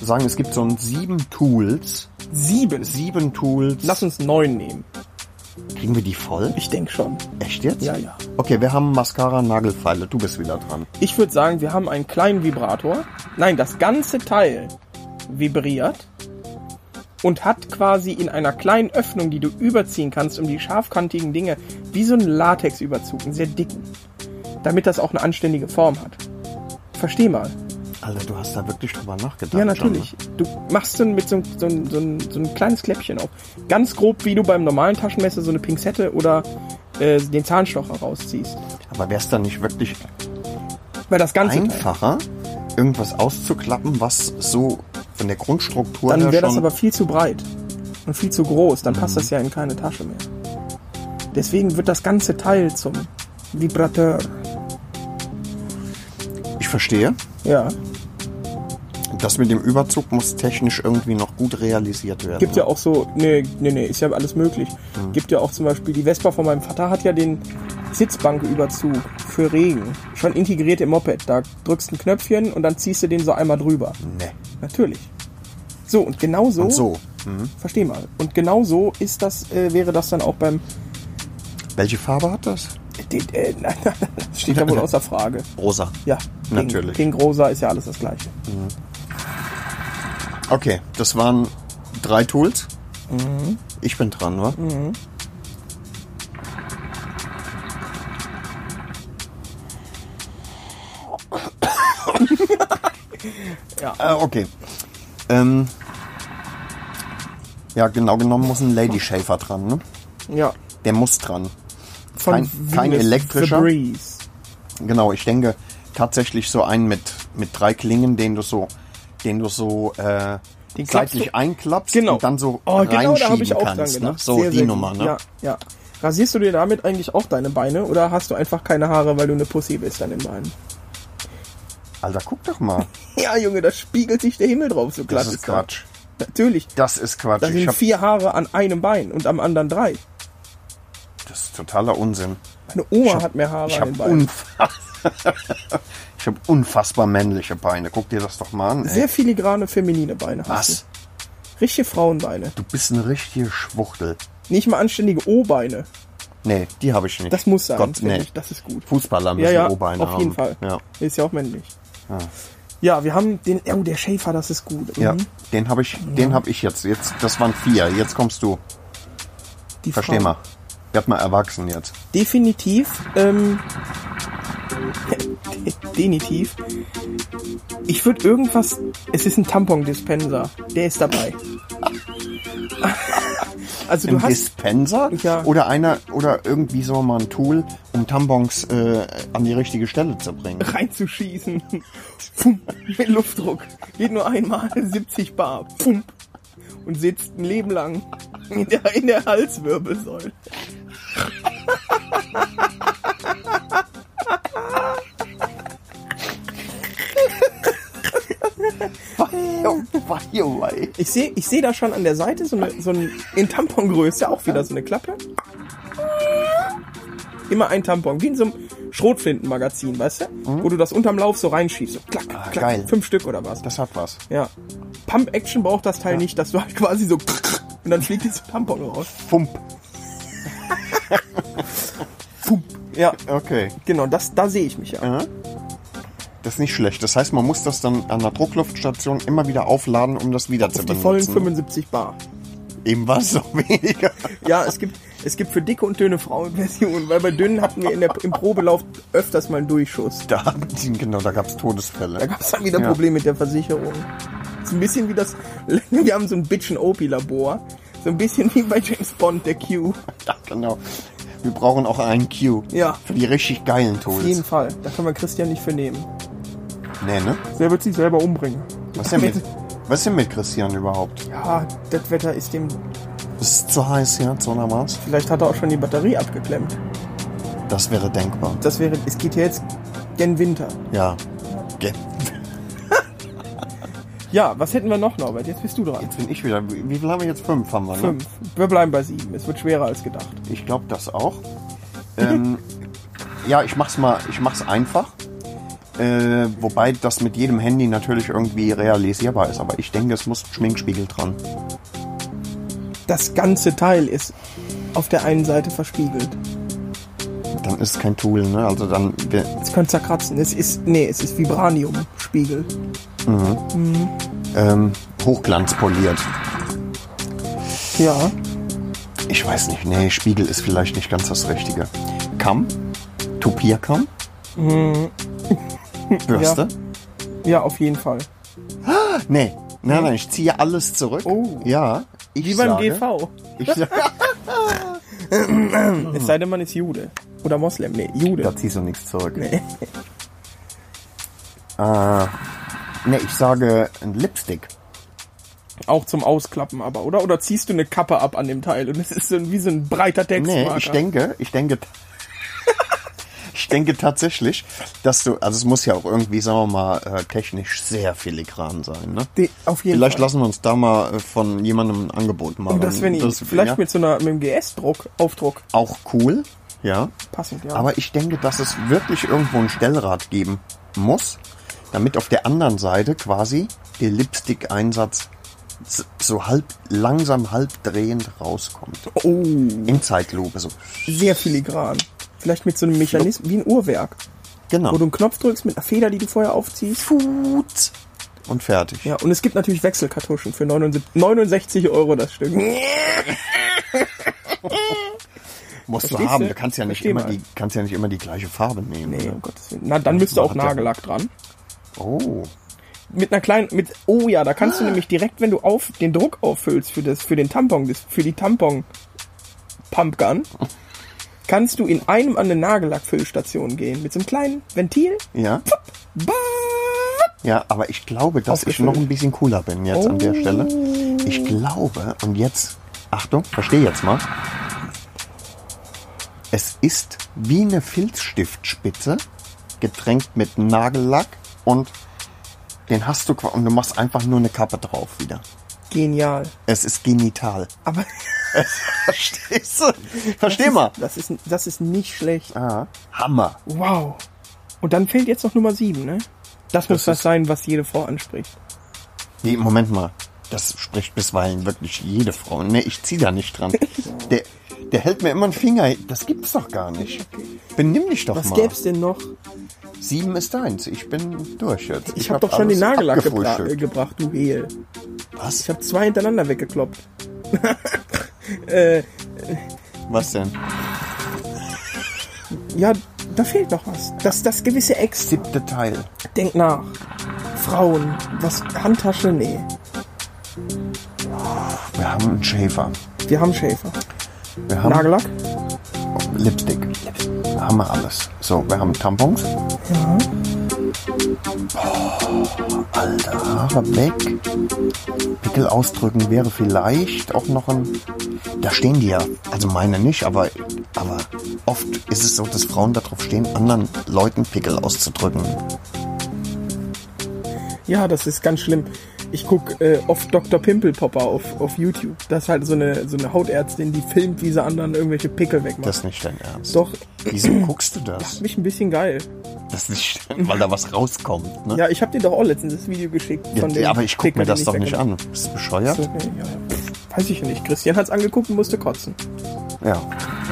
B: sagen, es gibt so ein sieben Tools.
C: Sieben.
B: Sieben Tools.
C: Lass uns neun nehmen.
B: Kriegen wir die voll?
C: Ich denke schon.
B: Echt jetzt?
C: Ja, ja.
B: Okay, wir haben Mascara, Nagelfeile. Du bist wieder dran.
C: Ich würde sagen, wir haben einen kleinen Vibrator. Nein, das ganze Teil vibriert und hat quasi in einer kleinen Öffnung, die du überziehen kannst, um die scharfkantigen Dinge, wie so einen Latexüberzug, einen sehr dicken, damit das auch eine anständige Form hat. Versteh mal.
B: Alter, du hast da wirklich drüber nachgedacht.
C: Ja,
B: schon,
C: natürlich.
B: ne?
C: Du machst so ein- mit so, ein- so, ein- so, ein- so ein kleines Kläppchen auf. Ganz grob, wie du beim normalen Taschenmesser so eine Pinzette oder äh, den Zahnstocher rausziehst.
B: Aber wär's dann nicht wirklich
C: Weil das ganze Teil.
B: einfacher, irgendwas auszuklappen, was so von der Grundstruktur
C: Dann
B: her
C: wäre das
B: schon-
C: aber viel zu breit und viel zu groß. Dann passt das ja in keine Tasche mehr. Deswegen wird das ganze Teil zum Vibrateur.
B: ich verstehe.
C: Ja.
B: Das mit dem Überzug muss technisch irgendwie noch gut realisiert werden.
C: Gibt ja auch so. Nee, nee, nee, ist ja alles möglich. Gibt ja auch zum Beispiel die Vespa von meinem Vater hat ja den Sitzbanküberzug für Regen. Schon integriert im Moped. Da drückst du ein Knöpfchen und dann ziehst du den so einmal drüber.
B: Nee.
C: natürlich. So, und genau so,
B: Und so.
C: versteh mal, und genau so ist das, äh, wäre das dann auch beim,
B: Welche Farbe hat das?
C: äh, äh, nein, nein, das steht ja wohl außer Frage.
B: Rosa.
C: Ja,
B: Natürlich.
C: Gegen Rosa ist ja alles das Gleiche.
B: Okay, das waren drei Tools. Ich bin dran, wa?
C: Ja.
B: Äh, okay. Ähm, ja, genau genommen muss ein Lady Shaver dran, ne?
C: Ja.
B: Der muss dran. Kein- kein
C: Venus,
B: elektrischer?
C: The Breeze.
B: Genau, ich denke tatsächlich so einen mit, mit drei Klingen, den du so, den du so äh,
C: Den klappst
B: seitlich
C: du-
B: einklappst
C: Genau.
B: und dann so
C: oh, genau, da hab
B: reinschieben
C: ich auch dran
B: kannst. Ne?
C: gedacht.
B: So
C: Sehr,
B: die
C: sehr gut.
B: Nummer, ne?
C: Ja, ja. Rasierst du dir damit eigentlich auch deine Beine oder hast du einfach keine Haare, weil du eine Pussy bist an den Beinen?
B: Alter, guck doch mal.
C: Ja, Junge, da spiegelt sich der Himmel drauf, so glatt
B: Das ist
C: da.
B: Quatsch.
C: Natürlich.
B: Das ist Quatsch.
C: Da
B: ich
C: sind
B: hab,
C: vier Haare an einem Bein und am anderen drei.
B: das ist totaler Unsinn.
C: Meine Oma hat mehr Haare
B: Ich
C: an
B: habe
C: den Beinen.
B: unfassbar, ich hab unfassbar männliche Beine. Guck dir das doch mal an. Ey.
C: Sehr filigrane feminine Beine hast
B: Was?
C: du. Richtige Frauenbeine.
B: Du bist eine richtige Schwuchtel.
C: Nicht mal anständige O-Beine.
B: Nee, die habe ich nicht.
C: Das muss sein,
B: Gott,
C: finde
B: nee.
C: ich. Das ist gut.
B: Fußballer müssen
C: ja, ja,
B: O-Beine haben.
C: auf jeden Fall.
B: Ja,
C: Ist ja auch männlich. Ja, wir haben den, oh, der Schäfer, das ist gut. Mhm.
B: ja. den habe ich, den habe ich jetzt. Jetzt, das waren vier. Jetzt kommst du.
C: Die
B: Versteh
C: Frau.
B: mal. Werd mal erwachsen jetzt.
C: Definitiv, ähm, definitiv. Ich würde irgendwas, es ist ein Tampon-Dispenser. Der ist dabei. also du
B: Ein
C: hast,
B: Dispenser
C: Ja.
B: oder einer oder irgendwie so mal ein Tool, um Tampons äh, an die richtige Stelle zu bringen.
C: reinzuschießen. Pfump, mit Luftdruck. Geht nur einmal, 70 Bar. Pfump. Und sitzt ein Leben lang in der, in der Halswirbelsäule. oh,
B: Jo, jo, ey.
C: Ich sehe ich seh da schon an der Seite so eine, so ein, in Tampongröße auch wieder so eine Klappe. Immer ein Tampon, wie in so einem Schrotflintenmagazin, weißt du? Wo du das unterm Lauf so reinschiebst. So klack, klack,
B: Mhm. Ah, geil.
C: fünf Stück oder was.
B: Das hat was.
C: Ja. Pump Action braucht das Teil nicht, dass du halt quasi so und dann fliegt dieses Tampon raus.
B: Fump.
C: Pum. Ja,
B: Okay.
C: genau, das, da sehe ich mich ja.
B: Das ist nicht schlecht. Das heißt, man muss das dann an der Druckluftstation immer wieder aufladen, um das wieder zu
C: Auf die
B: benutzen.
C: vollen 75 Bar.
B: Eben was so weniger.
C: Ja, es gibt, es gibt für dicke und dünne Frauenversionen, weil bei dünnen hatten wir in der, im Probelauf öfters mal einen Durchschuss.
B: Da haben die, genau, da gab es Todesfälle.
C: Da gab es dann wieder Probleme mit der Versicherung. Ist ein bisschen wie das. Wir haben so ein Bitchen-OP-Labor. So ein bisschen wie bei James Bond, der Q.
B: Ja, genau. Wir brauchen auch einen Q.
C: Ja.
B: Für die richtig geilen
C: Auf jeden
B: Tools.
C: Fall. Da kann man Christian nicht für nehmen.
B: Nee, ne?
C: Der wird sich selber umbringen.
B: Was ist denn mit, was ist denn mit Christian überhaupt?
C: Ja, das Wetter ist dem.
B: Ist es zu heiß jetzt oder was?
C: Vielleicht hat er auch schon die Batterie abgeklemmt.
B: Das wäre denkbar.
C: Das wäre. Es geht ja jetzt gen Winter.
B: Ja. Ge-
C: Ja, was hätten wir noch, Norbert? Jetzt bist du dran.
B: Jetzt bin ich wieder. Wie wie viel haben wir jetzt? Fünf haben wir, ne?
C: Fünf. Wir bleiben bei sieben. Es wird schwerer als gedacht.
B: Ich glaube das auch. ähm, ja, ich mach's mal, ich mach's einfach. Äh, wobei das mit jedem Handy natürlich irgendwie realisierbar ist. Aber ich denke, es muss ein Schminkspiegel dran.
C: Das ganze Teil ist auf der einen Seite verspiegelt.
B: Dann ist es kein Tool, ne? Also dann. wir-
C: Es könnte zerkratzen. Es ist. Nee, es ist Vibranium-Spiegel.
B: Ähm, Hochglanz poliert.
C: Ja.
B: Ich weiß nicht. Nee, Spiegel ist vielleicht nicht ganz das Richtige. Kamm? Topierkamm?
C: Hm.
B: Bürste?
C: Ja, auf jeden Fall.
B: Nee. Nein, nein, ich ziehe alles zurück.
C: Oh.
B: Ja. Ich
C: Wie beim
B: sage,
C: GV.
B: Ich sage,
C: Es sei denn, man ist Jude. Oder Moslem. Nee, Jude.
B: da ziehst du nichts zurück.
C: Nee.
B: Ne, ich sage ein Lipstick.
C: Auch zum Ausklappen aber, oder? Oder ziehst du eine Kappe ab an dem Teil und es ist so ein- wie so ein breiter Textmarker.
B: Nee, ich denke, ich denke, ich denke tatsächlich, dass du, also es muss ja auch irgendwie, sagen wir mal, äh, technisch sehr filigran sein, ne?
C: De- auf jeden
B: Vielleicht
C: Fall.
B: lassen wir uns da mal äh, von
C: Oh,
B: jemandem ein Angebot machen.
C: Und das, wenn ich, vielleicht
B: ja,
C: mit so einer, mit einem GS-Druck, Aufdruck.
B: auch cool.
C: ist
B: Ja.
C: passend, ja.
B: Aber ich denke, dass es wirklich irgendwo ein Stellrad geben muss, damit auf der anderen Seite quasi der Lipstick-Einsatz s- so halb, langsam halb drehend rauskommt.
C: oh,
B: In Zeitlupe so.
C: sehr filigran. Vielleicht mit so einem Mechanismus, wie ein Uhrwerk,
B: Genau.
C: wo du einen Knopf drückst mit einer Feder, die du vorher aufziehst.
B: Putz. Und fertig.
C: Ja, und es gibt natürlich Wechselkartuschen für 79, 69 Euro das Stück.
B: Musst du
C: Verstehst
B: haben.
C: du?
B: Du kannst ja nicht
C: Versteh
B: immer
C: mal.
B: die, kannst ja nicht immer die gleiche Farbe nehmen. ne?
C: Nee,
B: oder?
C: um Gottes Willen. Na, dann müsste auch
B: macht der-
C: Nagellack dran.
B: Oh.
C: Mit einer kleinen, mit, oh ja, da kannst du nämlich direkt, wenn du auf, den Druck auffüllst für das, für den Tampon, das- für die Tampon Pumpgun, kannst du in einem an eine Nagellackfüllstation gehen. Mit so einem kleinen Ventil.
B: Ja. Ja, aber ich glaube, dass ich
C: Aufgefüllt.
B: noch ein bisschen cooler bin jetzt an der
C: Oh.
B: Stelle. Ich glaube, und jetzt, Achtung, verstehe jetzt mal. Es ist wie eine Filzstiftspitze, getränkt mit Nagellack und den hast du qua- und du machst einfach nur eine Kappe drauf wieder.
C: Genial.
B: Es ist genital.
C: Aber
B: Verstehst du? Versteh mal.
C: das ist, das ist nicht schlecht.
B: Ah, Hammer.
C: Wow. Und dann fehlt jetzt noch Nummer 7, ne? Das, muss das sein, was jede Frau anspricht.
B: Nee, Moment mal. Das spricht bisweilen wirklich jede Frau. Nee, ich zieh da nicht dran. Der, der hält mir immer einen Finger. Das gibt's doch gar nicht. Benimm dich doch
C: Was
B: mal.
C: gäb's denn noch?
B: Sieben ist deins. Ich bin durch jetzt.
C: Ich, hab, doch schon den
B: alles
C: Nagellack gebra
B: abgefrühstückt.
C: äh, gebracht, du Hehl. Ich
B: Was?
C: hab zwei hintereinander weggekloppt.
B: Was denn?
C: Ja, da fehlt noch was. Das, das gewisse Ex.
B: Siebte Teil.
C: Denk nach. Frauen. Was? Handtasche? Nee.
B: Wir haben einen Schäfer.
C: Wir haben Schäfer.
B: Wir haben
C: Nagellack?
B: Lipstick. Wir haben wir alles. So, wir haben Tampons.
C: Ja.
B: Alte Haare Oh, weg. Pickel ausdrücken wäre vielleicht auch noch ein. Da stehen die ja. Also meine nicht, aber, aber oft ist es so, dass Frauen darauf stehen, anderen Leuten Pickel auszudrücken.
C: Ja, das ist ganz schlimm. Ich guck äh, oft Dr. Pimpelpopper auf, auf YouTube. Das ist halt so eine, so eine Hautärztin, die filmt, wie sie anderen irgendwelche Pickel wegmacht.
B: Das ist nicht dein Ernst.
C: Doch,
B: Wieso guckst du das?
C: mich ein bisschen geil.
B: Das ist nicht, dein- weil da was rauskommt, ne?
C: Ja, ich hab dir doch auch letztens das Video geschickt.
B: Ja,
C: Von dem
B: aber ich guck
C: Pickel,
B: mir
C: den
B: das doch nicht
C: weggemacht
B: an. Bist du bescheuert?
C: Okay, ja, ja. Pff, Weiß ich ja nicht. Christian hat's angeguckt und musste kotzen.
B: Ja.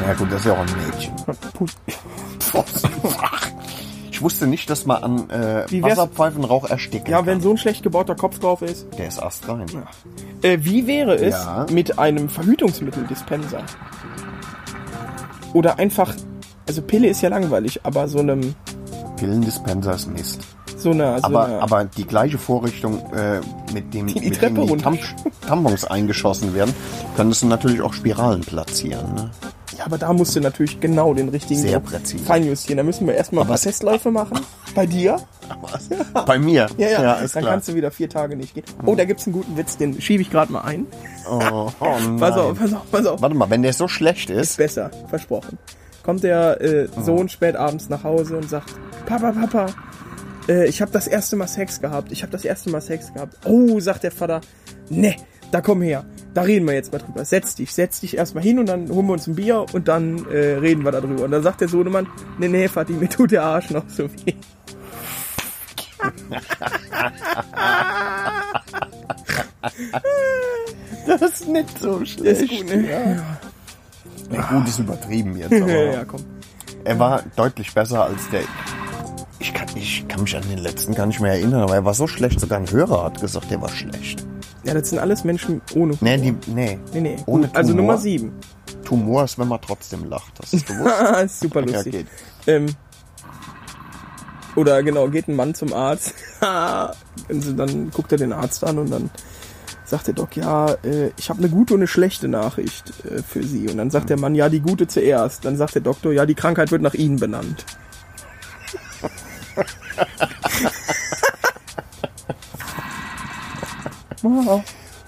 B: Ja gut, das ist ja auch ein Mädchen.
C: Puh.
B: Ich wusste nicht, dass man an äh,
C: Wie wär's-
B: Wasserpfeifenrauch ersticken
C: Ja, wenn
B: kann.
C: so ein schlecht gebauter Kopf drauf ist.
B: Der ist astrein.
C: Äh, wie wäre es
B: Ja.
C: mit einem Verhütungsmitteldispenser? Oder einfach, also Pille ist ja langweilig, aber so einem,
B: Pillendispenser ist Mist.
C: so einer, so
B: Aber,
C: einer
B: aber die gleiche Vorrichtung, äh, mit dem
C: die
B: mit
C: Treppe
B: dem die
C: runter.
B: Tam Tampons eingeschossen werden, könntest du natürlich auch Spiralen platzieren. Ne?
C: ja, aber da musst du natürlich genau den richtigen
B: Sehr
C: Druck
B: präzise.
C: feinjustieren. Da müssen wir erstmal ein
B: Aber
C: paar
B: es-
C: Testläufe machen. Bei dir?
B: Bei mir.
C: Ja, ja,
B: ist
C: dann
B: klar.
C: kannst du wieder vier Tage nicht gehen. Oh, da gibt's einen guten Witz, den schiebe ich gerade mal ein.
B: oh, oh nein.
C: Pass auf, pass auf, pass auf.
B: Warte mal, wenn der so schlecht ist,
C: besser, versprochen. Kommt der äh, Sohn spät abends nach Hause und sagt, Papa, Papa, äh, ich habe das erste Mal Sex gehabt. Ich habe das erste Mal Sex gehabt. Oh, sagt der Vater, ne, da komm her. Da reden wir jetzt mal drüber. Setz dich, setz dich erstmal hin und dann holen wir uns ein Bier und dann äh, reden wir darüber. Und dann sagt der Sohnemann, ne, ne, Vati, mir tut der Arsch noch so weh.
B: das ist nicht so schlecht.
C: Das ist gut, ne?
B: Ja, gut ist übertrieben jetzt, aber
C: Ja, ja, komm.
B: er war deutlich besser als der. Ich kann, ich kann mich an den letzten gar nicht mehr erinnern, aber er war so schlecht, sogar ein Hörer hat gesagt, der war schlecht.
C: Ja, das sind alles Menschen ohne.
B: Nee, die, nee.
C: Nee, nee.
B: Ohne
C: Gut, also
B: Tumor.
C: Nummer 7.
B: Tumor ist, wenn man trotzdem lacht. Das ist bewusst.
C: Ah, ist super
B: Ja,
C: lustig.
B: geht.
C: Ähm, oder genau, geht ein Mann zum Arzt. Also dann guckt er den Arzt an und dann sagt der Doc, ja, äh, ich habe eine gute und eine schlechte Nachricht äh, für Sie. Und dann sagt der Mann, ja, die gute zuerst. Dann sagt der Doktor, ja, die Krankheit wird nach Ihnen benannt.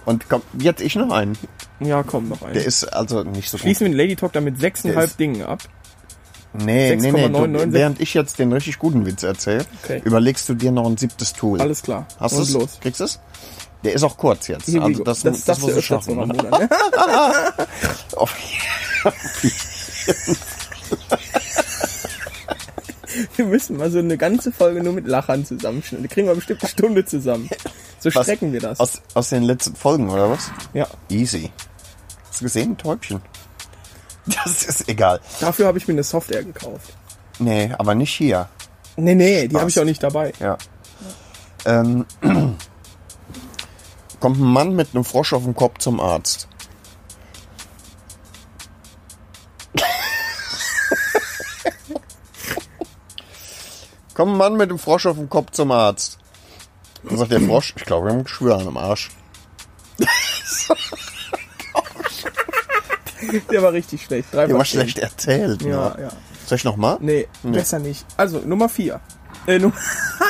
B: Und komm, jetzt ich noch einen.
C: Ja, komm, noch ein.
B: Der ist also nicht so
C: Schließen wir den Lady Talk damit
B: Der
C: sechseinhalb
B: ist-
C: Dingen ab.
B: gut. Nee, nee, nee. Du,
C: 6,996.
B: während ich jetzt den richtig guten Witz erzähle,
C: Okay.
B: überlegst du dir noch ein siebtes Tool.
C: Alles klar.
B: Hast
C: Und
B: du's?
C: los.
B: Kriegst du es? Der ist auch kurz jetzt.
C: Here we
B: also
C: go.
B: das, das, das
C: darfst
B: musst
C: du
B: du
C: öfters
B: schaffen. Oh,
C: noch am Monat, ne?
B: Auf jeden Fall.
C: Wir müssen mal so eine ganze Folge nur mit Lachern zusammenschneiden. Die kriegen wir bestimmt eine Stunde zusammen. So
B: Was?
C: strecken wir das.
B: Aus, aus den letzten Folgen, oder was?
C: Ja.
B: Easy. Hast du gesehen? Ein Täubchen. Das ist egal.
C: Dafür habe ich mir eine Software gekauft.
B: Nee, aber nicht hier.
C: Nee, nee, die
B: Spaß.
C: habe ich auch nicht dabei.
B: Ja. Ähm, kommt ein Mann mit einem Frosch auf dem Kopf zum Arzt. kommt ein Mann mit einem Frosch auf dem Kopf zum Arzt. Dann sagt der Frosch, ich glaube, wir haben ein Geschwür an dem Arsch.
C: Der war richtig schlecht. Drei
B: Der war
C: von zehn.
B: schlecht erzählt.
C: Ja,
B: ne?
C: ja.
B: Soll ich nochmal?
C: Nee, besser nicht. Also, Nummer 4. Äh, Nummer,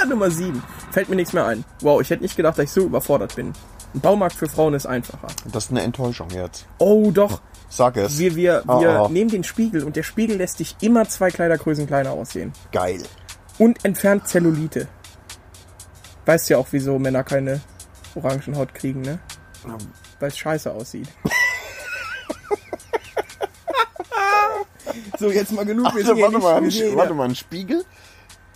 C: Nummer 7. Fällt mir nichts mehr ein. Wow, ich hätte nicht gedacht, dass ich so überfordert bin. Ein Baumarkt für Frauen ist einfacher.
B: Das ist eine Enttäuschung jetzt.
C: Oh, doch.
B: Sag es.
C: Wir, wir,
B: Oh,
C: wir
B: oh.
C: nehmen den Spiegel und der Spiegel lässt dich immer zwei Kleidergrößen kleiner aussehen.
B: Geil.
C: Und entfernt Zellulite. Weißt ja auch, wieso Männer keine Orangenhaut kriegen, ne? Weil es scheiße aussieht. so, jetzt mal genug. wir sind
B: Also,
C: hier
B: warte,
C: nicht-
B: mal,
C: wir
B: ein,
C: sind hier-
B: warte mal, ein Spiegel,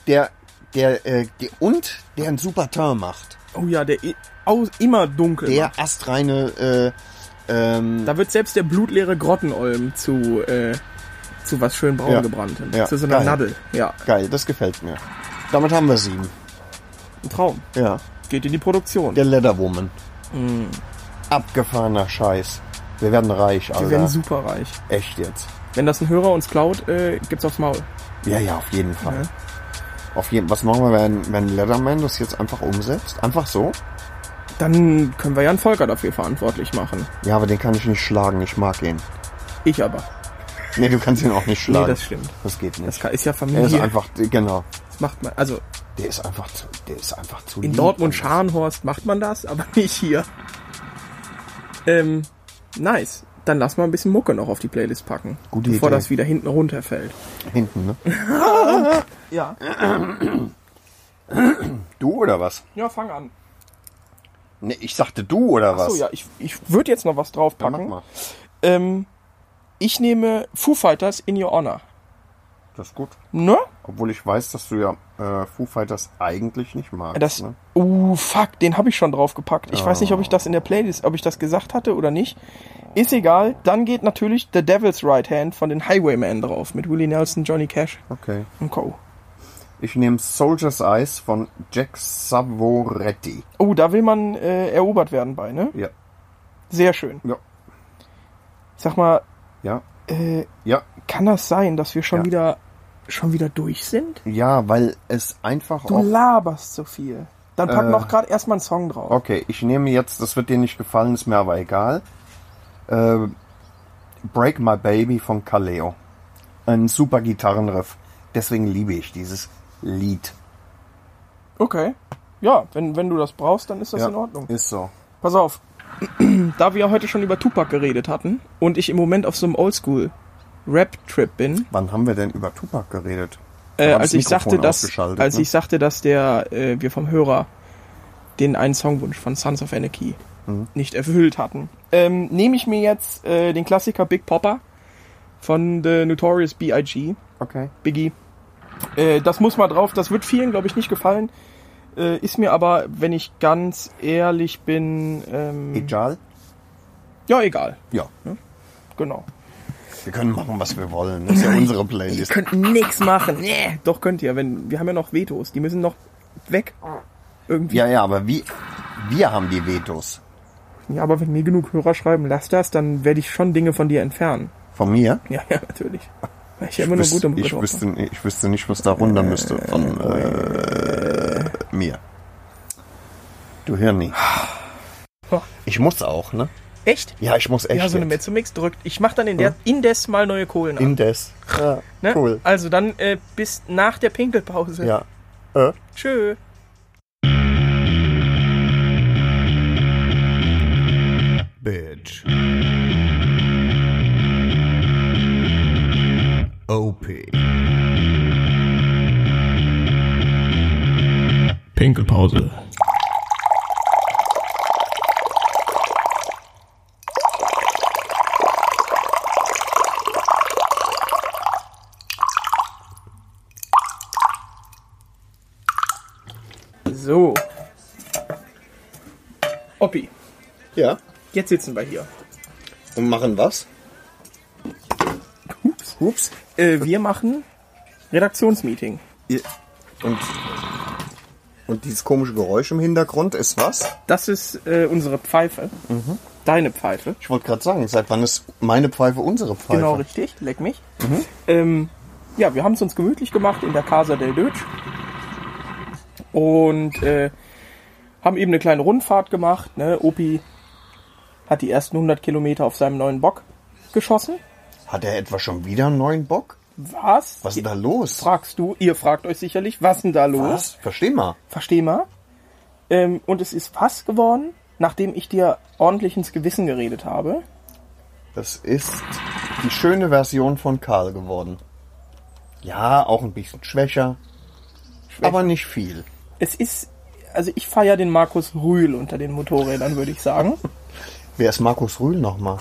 B: der, der, äh, der und der einen super Turn macht.
C: Oh ja, der i- au- immer dunkel. macht.
B: Der astreine, äh, ähm,
C: Da wird selbst der blutleere Grottenolm zu, äh, zu was schön braun
B: Ja.
C: gebranntem.
B: Ja.
C: Zu so einer
B: Geil.
C: Nadel. Ja,
B: geil, das gefällt mir. Damit haben wir sieben.
C: ein Traum.
B: Ja.
C: Geht in die Produktion.
B: Der Leatherwoman.
C: Mm.
B: Abgefahrener Scheiß. Wir werden reich, Alter.
C: Wir werden superreich.
B: Echt jetzt.
C: Wenn das ein Hörer uns klaut, äh, gibt's aufs Maul.
B: Ja, ja, auf jeden Fall.
C: Ja.
B: Auf jeden, was machen wir, wenn, wenn Leatherman das jetzt einfach umsetzt? Einfach so?
C: Dann können wir ja einen Volker dafür verantwortlich machen.
B: Ja, aber den kann ich nicht schlagen, ich mag ihn.
C: Ich aber.
B: Nee, du kannst ihn auch nicht schlagen.
C: das stimmt.
B: Das geht nicht.
C: Das kann- ist ja Familie.
B: er ist einfach, genau.
C: das macht man. Also
B: Der ist einfach zu, der ist einfach zu
C: in
B: lieb.
C: Dortmund-Scharnhorst macht man das, aber nicht hier. Ähm, nice. Dann lass mal ein bisschen Mucke noch auf die Playlist packen.
B: Gute
C: bevor
B: Idee.
C: das wieder hinten runterfällt.
B: Hinten, ne?
C: Ja.
B: Du oder was?
C: Ja, fang an.
B: Nee, ich sagte du oder was?
C: So, ja, ich, ich würde jetzt noch was
B: Dann mach
C: draufpacken.
B: mal.
C: ähm, ich nehme Foo Fighters in Your Honor.
B: Das ist gut.
C: Ne?
B: Obwohl ich weiß, dass du ja äh, Foo Fighters eigentlich nicht magst.
C: Das.
B: ne? Ah.
C: Uh, fuck, den habe ich schon draufgepackt. Ich weiß nicht, ob ich das in der Playlist, ob ich das gesagt hatte oder nicht. Ist egal. Dann geht natürlich The Devil's Right Hand von den Highwaymen drauf mit Willie Nelson, Johnny Cash
B: Okay.
C: und Co.
B: Ich nehme Soldier's Eyes von Jack Savoretti.
C: Oh, da will man äh, erobert werden bei, ne?
B: Ja.
C: Sehr schön.
B: Ja.
C: Sag mal,
B: Ja.
C: äh,
B: Ja.
C: kann das sein, dass wir schon
B: Ja.
C: wieder schon wieder durch sind?
B: Ja, weil es einfach
C: Du
B: auch.
C: laberst so viel. Dann pack
B: Äh.
C: noch gerade erstmal einen Song drauf.
B: Okay, ich nehme jetzt, das wird dir nicht gefallen, ist mir aber egal. Äh, Break My Baby von Kaleo. Ein super Gitarrenriff. Deswegen liebe ich dieses Lied.
C: Okay. Ja, wenn, wenn du das brauchst, dann ist das in Ordnung.
B: Ist so.
C: Pass auf. da wir heute schon über Tupac geredet hatten und ich im Moment auf so einem Oldschool-Rap-Trip bin,
B: Wann haben wir denn über Tupac geredet? Da
C: äh,
B: war das
C: als, ich
B: Mikrofon
C: sagte, dass,
B: ausgeschaltet,
C: als
B: ne?
C: ich sagte, dass der, äh, wir vom Hörer den einen Songwunsch von Sons of Anarchy
B: Mhm.
C: nicht erfüllt hatten, ähm, nehme ich mir jetzt äh, den Klassiker Big Popper von The Notorious B.I.G.
B: Okay.
C: Biggie. Äh, das muss mal drauf. Das wird vielen, glaube ich, nicht gefallen. Äh, ist mir aber, wenn ich ganz ehrlich bin, ähm,
B: Ejal?
C: ja egal.
B: Ja.
C: Genau.
B: Wir können machen, was wir wollen. Das ist ja unsere
C: Ihr
B: Playlist.
C: könnt nichts machen. Nee. Doch könnt ihr. Wenn wir haben ja noch Vetos. Die müssen noch weg. Irgendwie.
B: Ja, ja, aber wie, wir haben die Vetos.
C: Ja, aber wenn mir genug Hörer schreiben, lass das, dann werde ich schon Dinge von dir entfernen.
B: Von mir?
C: Ja, ja, natürlich. Weil ich ja immer nur um
B: Wüsste-
C: gute Mucke
B: ich,
C: drauf
B: wüsste, ich wüsste nicht, was
C: Äh,
B: da runter müsste von äh, mir. Du Hirni.
C: mache.
B: Ich muss auch, ne?
C: Echt?
B: Ja, ich muss echt.
C: Ja, so eine
B: jetzt.
C: Mezzomix drückt. Ich mache dann in der indes mal neue Kohlen an.
B: Indes. Ja,
C: Ne?
B: Cool.
C: Also dann äh, bis nach der Pinkelpause.
B: Ja. Äh?
C: Tschö.
A: Bitch. OP.
C: Pinkelpause. So. Oppi,
B: Ja.
C: jetzt sitzen wir hier.
B: Und machen was? Hups. Hups.
C: Äh, wir machen Redaktionsmeeting.
B: Ihr- Und, und dieses komische Geräusch im Hintergrund ist was?
C: Das ist äh, unsere Pfeife.
B: Mhm.
C: Deine Pfeife.
B: Ich wollte gerade sagen, seit wann ist meine Pfeife unsere Pfeife?
C: Genau richtig, leck mich.
B: Mhm.
C: Ähm, ja, wir haben es uns gemütlich gemacht in der Casa del Deutsch. Und äh, haben eben eine kleine Rundfahrt gemacht. Ne? Opi hat die ersten 100 Kilometer auf seinem neuen Bock geschossen.
B: Hat er etwa schon wieder einen neuen Bock?
C: Was?
B: Was ist denn da los?
C: Fragst du, ihr fragt euch sicherlich, was denn da los?
B: Was? Versteh mal.
C: Versteh mal. Ähm, und es ist was geworden, nachdem ich dir ordentlich ins Gewissen geredet habe.
B: Das ist die schöne Version von Karl geworden. Ja, auch ein bisschen schwächer, aber nicht viel.
C: Es ist, also ich feiere den Markus Rühl unter den Motorrädern, würde ich sagen.
B: Wer ist Markus Rühl nochmal?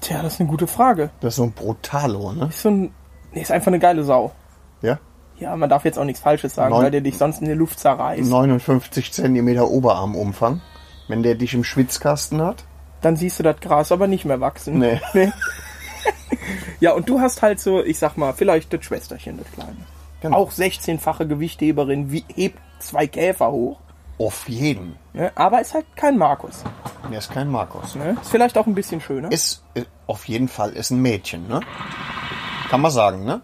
C: Tja, das ist eine gute Frage.
B: Das ist so ein Brutalo, ne?
C: Ist so ein, nee, ist einfach eine geile Sau.
B: Ja?
C: Ja, man darf jetzt auch nichts Falsches sagen,
B: Neun-
C: weil der dich sonst in die Luft zerreißt.
B: 59 Zentimeter Oberarmumfang. Wenn der dich im Schwitzkasten hat.
C: Dann siehst du das Gras aber nicht mehr wachsen.
B: Nee.
C: Ja, und du hast halt so, ich sag mal, vielleicht das Schwesterchen, das kleine.
B: Genau.
C: Auch 16-fache Gewichtheberin, wie, hebt zwei Käfer hoch.
B: Auf jeden.
C: Ne? Aber ist halt kein Markus.
B: Der ist kein Markus.
C: Ne? Ist vielleicht auch ein bisschen schöner.
B: Ist, äh, auf jeden Fall ist ein Mädchen, ne? Kann man sagen, ne?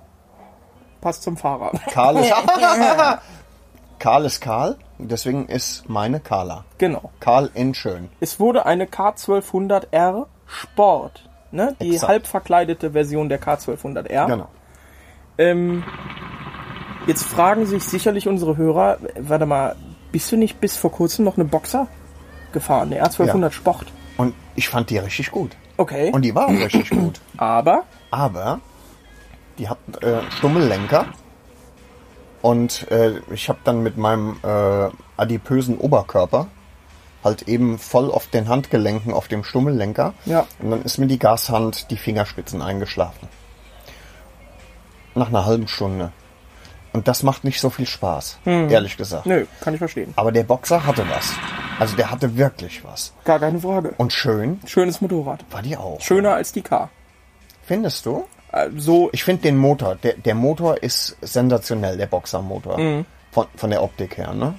C: Passt zum Fahrer.
B: Karl ist. Karl ist Karl, deswegen ist meine Carla.
C: genau.
B: Karl in Schön.
C: Es wurde eine K1200R Sport. Ne? Die
B: Exakt.
C: halb verkleidete Version der K1200R.
B: Genau.
C: Ähm, jetzt fragen sich sicherlich unsere Hörer, äh, warte mal, bist du nicht bis vor kurzem noch eine Boxer gefahren? Eine R1200
B: Ja.
C: Sport.
B: Und ich fand die richtig gut.
C: Okay.
B: Und die war auch richtig gut.
C: Aber
B: Aber die hat äh, Stummellenker. Und äh, ich habe dann mit meinem äh, adipösen Oberkörper halt eben voll auf den Handgelenken auf dem Stummellenker.
C: Ja.
B: Und dann ist mir die Gashand die Fingerspitzen eingeschlafen. Nach einer halben Stunde. Und das macht nicht so viel Spaß, ehrlich gesagt.
C: nö, kann ich verstehen.
B: Aber der Boxer hatte was. Also der hatte wirklich was.
C: Gar keine Frage.
B: Und schön
C: Schönes Motorrad.
B: war die auch.
C: Schöner als die K.
B: Findest du?
C: Äh, So,
B: Ich finde den Motor, der, der Motor ist sensationell, der Boxermotor.
C: Mhm.
B: Von, von der Optik her, ne?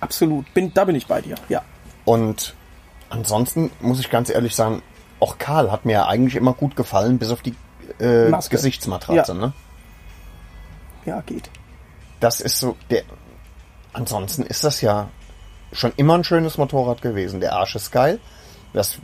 C: absolut. Bin, da bin ich bei dir. Ja.
B: Und ansonsten muss ich ganz ehrlich sagen, auch Karl hat mir ja eigentlich immer gut gefallen, bis auf die äh,
C: Maske.
B: Gesichtsmatratze,
C: Ja.
B: ne?
C: Ja, geht.
B: Das ist so, der. Ansonsten ist das ja schon immer ein schönes Motorrad gewesen. Der Arsch ist geil. Das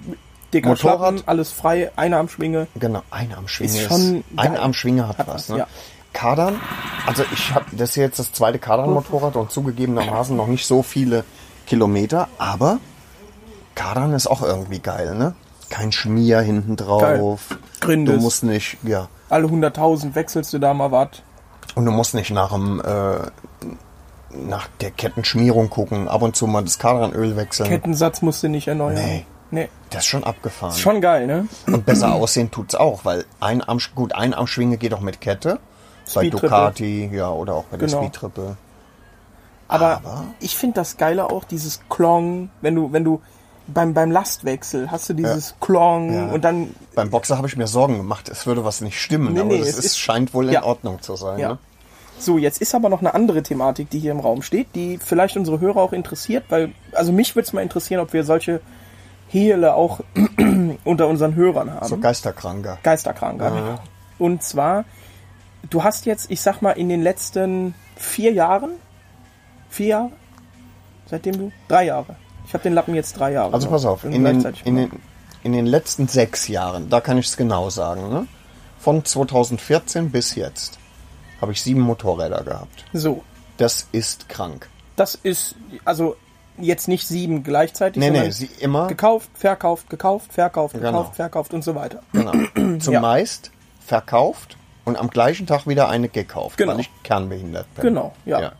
C: Dicker
B: Motorrad-
C: Schlappen, alles frei, eine Armschwinge.
B: Genau, Einarmschwinge
C: Ist
B: ist,
C: schon geil.
B: Einarmschwinge hat,
C: Hat was,
B: was, ne?
C: ja.
B: Kadern, also ich habe das ist jetzt das zweite Kadern-Motorrad und zugegebenermaßen noch nicht so viele Kilometer, aber Kadern ist auch irgendwie geil, ne? Kein Schmier hinten drauf.
C: Grindes.
B: Du musst nicht, ja.
C: Alle 100.000 wechselst du da mal
B: Hm.
C: was.
B: Und du musst nicht nach dem, äh, nach der Kettenschmierung gucken, ab und zu mal das Kadernöl wechseln.
C: Kettensatz musst du nicht erneuern.
B: Nee.
C: Nee.
B: das ist schon abgefahren.
C: Ist schon geil, ne?
B: Und besser aussehen tut's auch, weil ein Arm, gut, ein Armschwinge geht auch mit Kette. Bei
C: Speedtrippe.
B: Ducati, ja, oder auch bei der
C: Genau.
B: Speedtrippe.
C: Aber,
B: Aber-
C: ich finde das Geile auch, dieses Klong, wenn du, wenn du beim, beim Lastwechsel hast du dieses Klong
B: Ja.
C: Mm, und dann,
B: Beim Boxer habe ich mir Sorgen gemacht, es würde was nicht stimmen,
C: Nee,
B: aber
C: nee,
B: das
C: es
B: ist,
C: ist-
B: scheint wohl in
C: Ja.
B: Ordnung zu sein.
C: ja.
B: Ne?
C: So, jetzt ist aber noch eine andere Thematik, die hier im Raum steht, die vielleicht unsere Hörer auch interessiert, weil, also mich würde es mal interessieren, ob wir solche Hele auch unter unseren Hörern haben.
B: So Also Geisterkranker.
C: Geisterkranker.
B: Ah,
C: Und zwar, du hast jetzt, ich sag mal, in den letzten vier Jahren, vier Jahre, seitdem du, drei Jahre. Ich habe den Lappen jetzt drei Jahre.
B: Also
C: noch.
B: pass auf,
C: Und
B: in den,
C: Genau. gleichzeitig
B: in,
C: gemacht.
B: den, in den letzten sechs Jahren, da kann ich es genau sagen, ne? von 2014 bis jetzt, habe ich sieben Motorräder gehabt.
C: So,
B: Das ist krank.
C: das ist, also jetzt nicht sieben gleichzeitig,
B: Nee,
C: sondern
B: nee, sie immer
C: gekauft, verkauft, gekauft, verkauft, gekauft,
B: Genau.
C: verkauft und so weiter.
B: Genau. Zumeist verkauft und am gleichen Tag wieder eine gekauft,
C: Genau.
B: weil ich kernbehindert bin.
C: Genau, ja.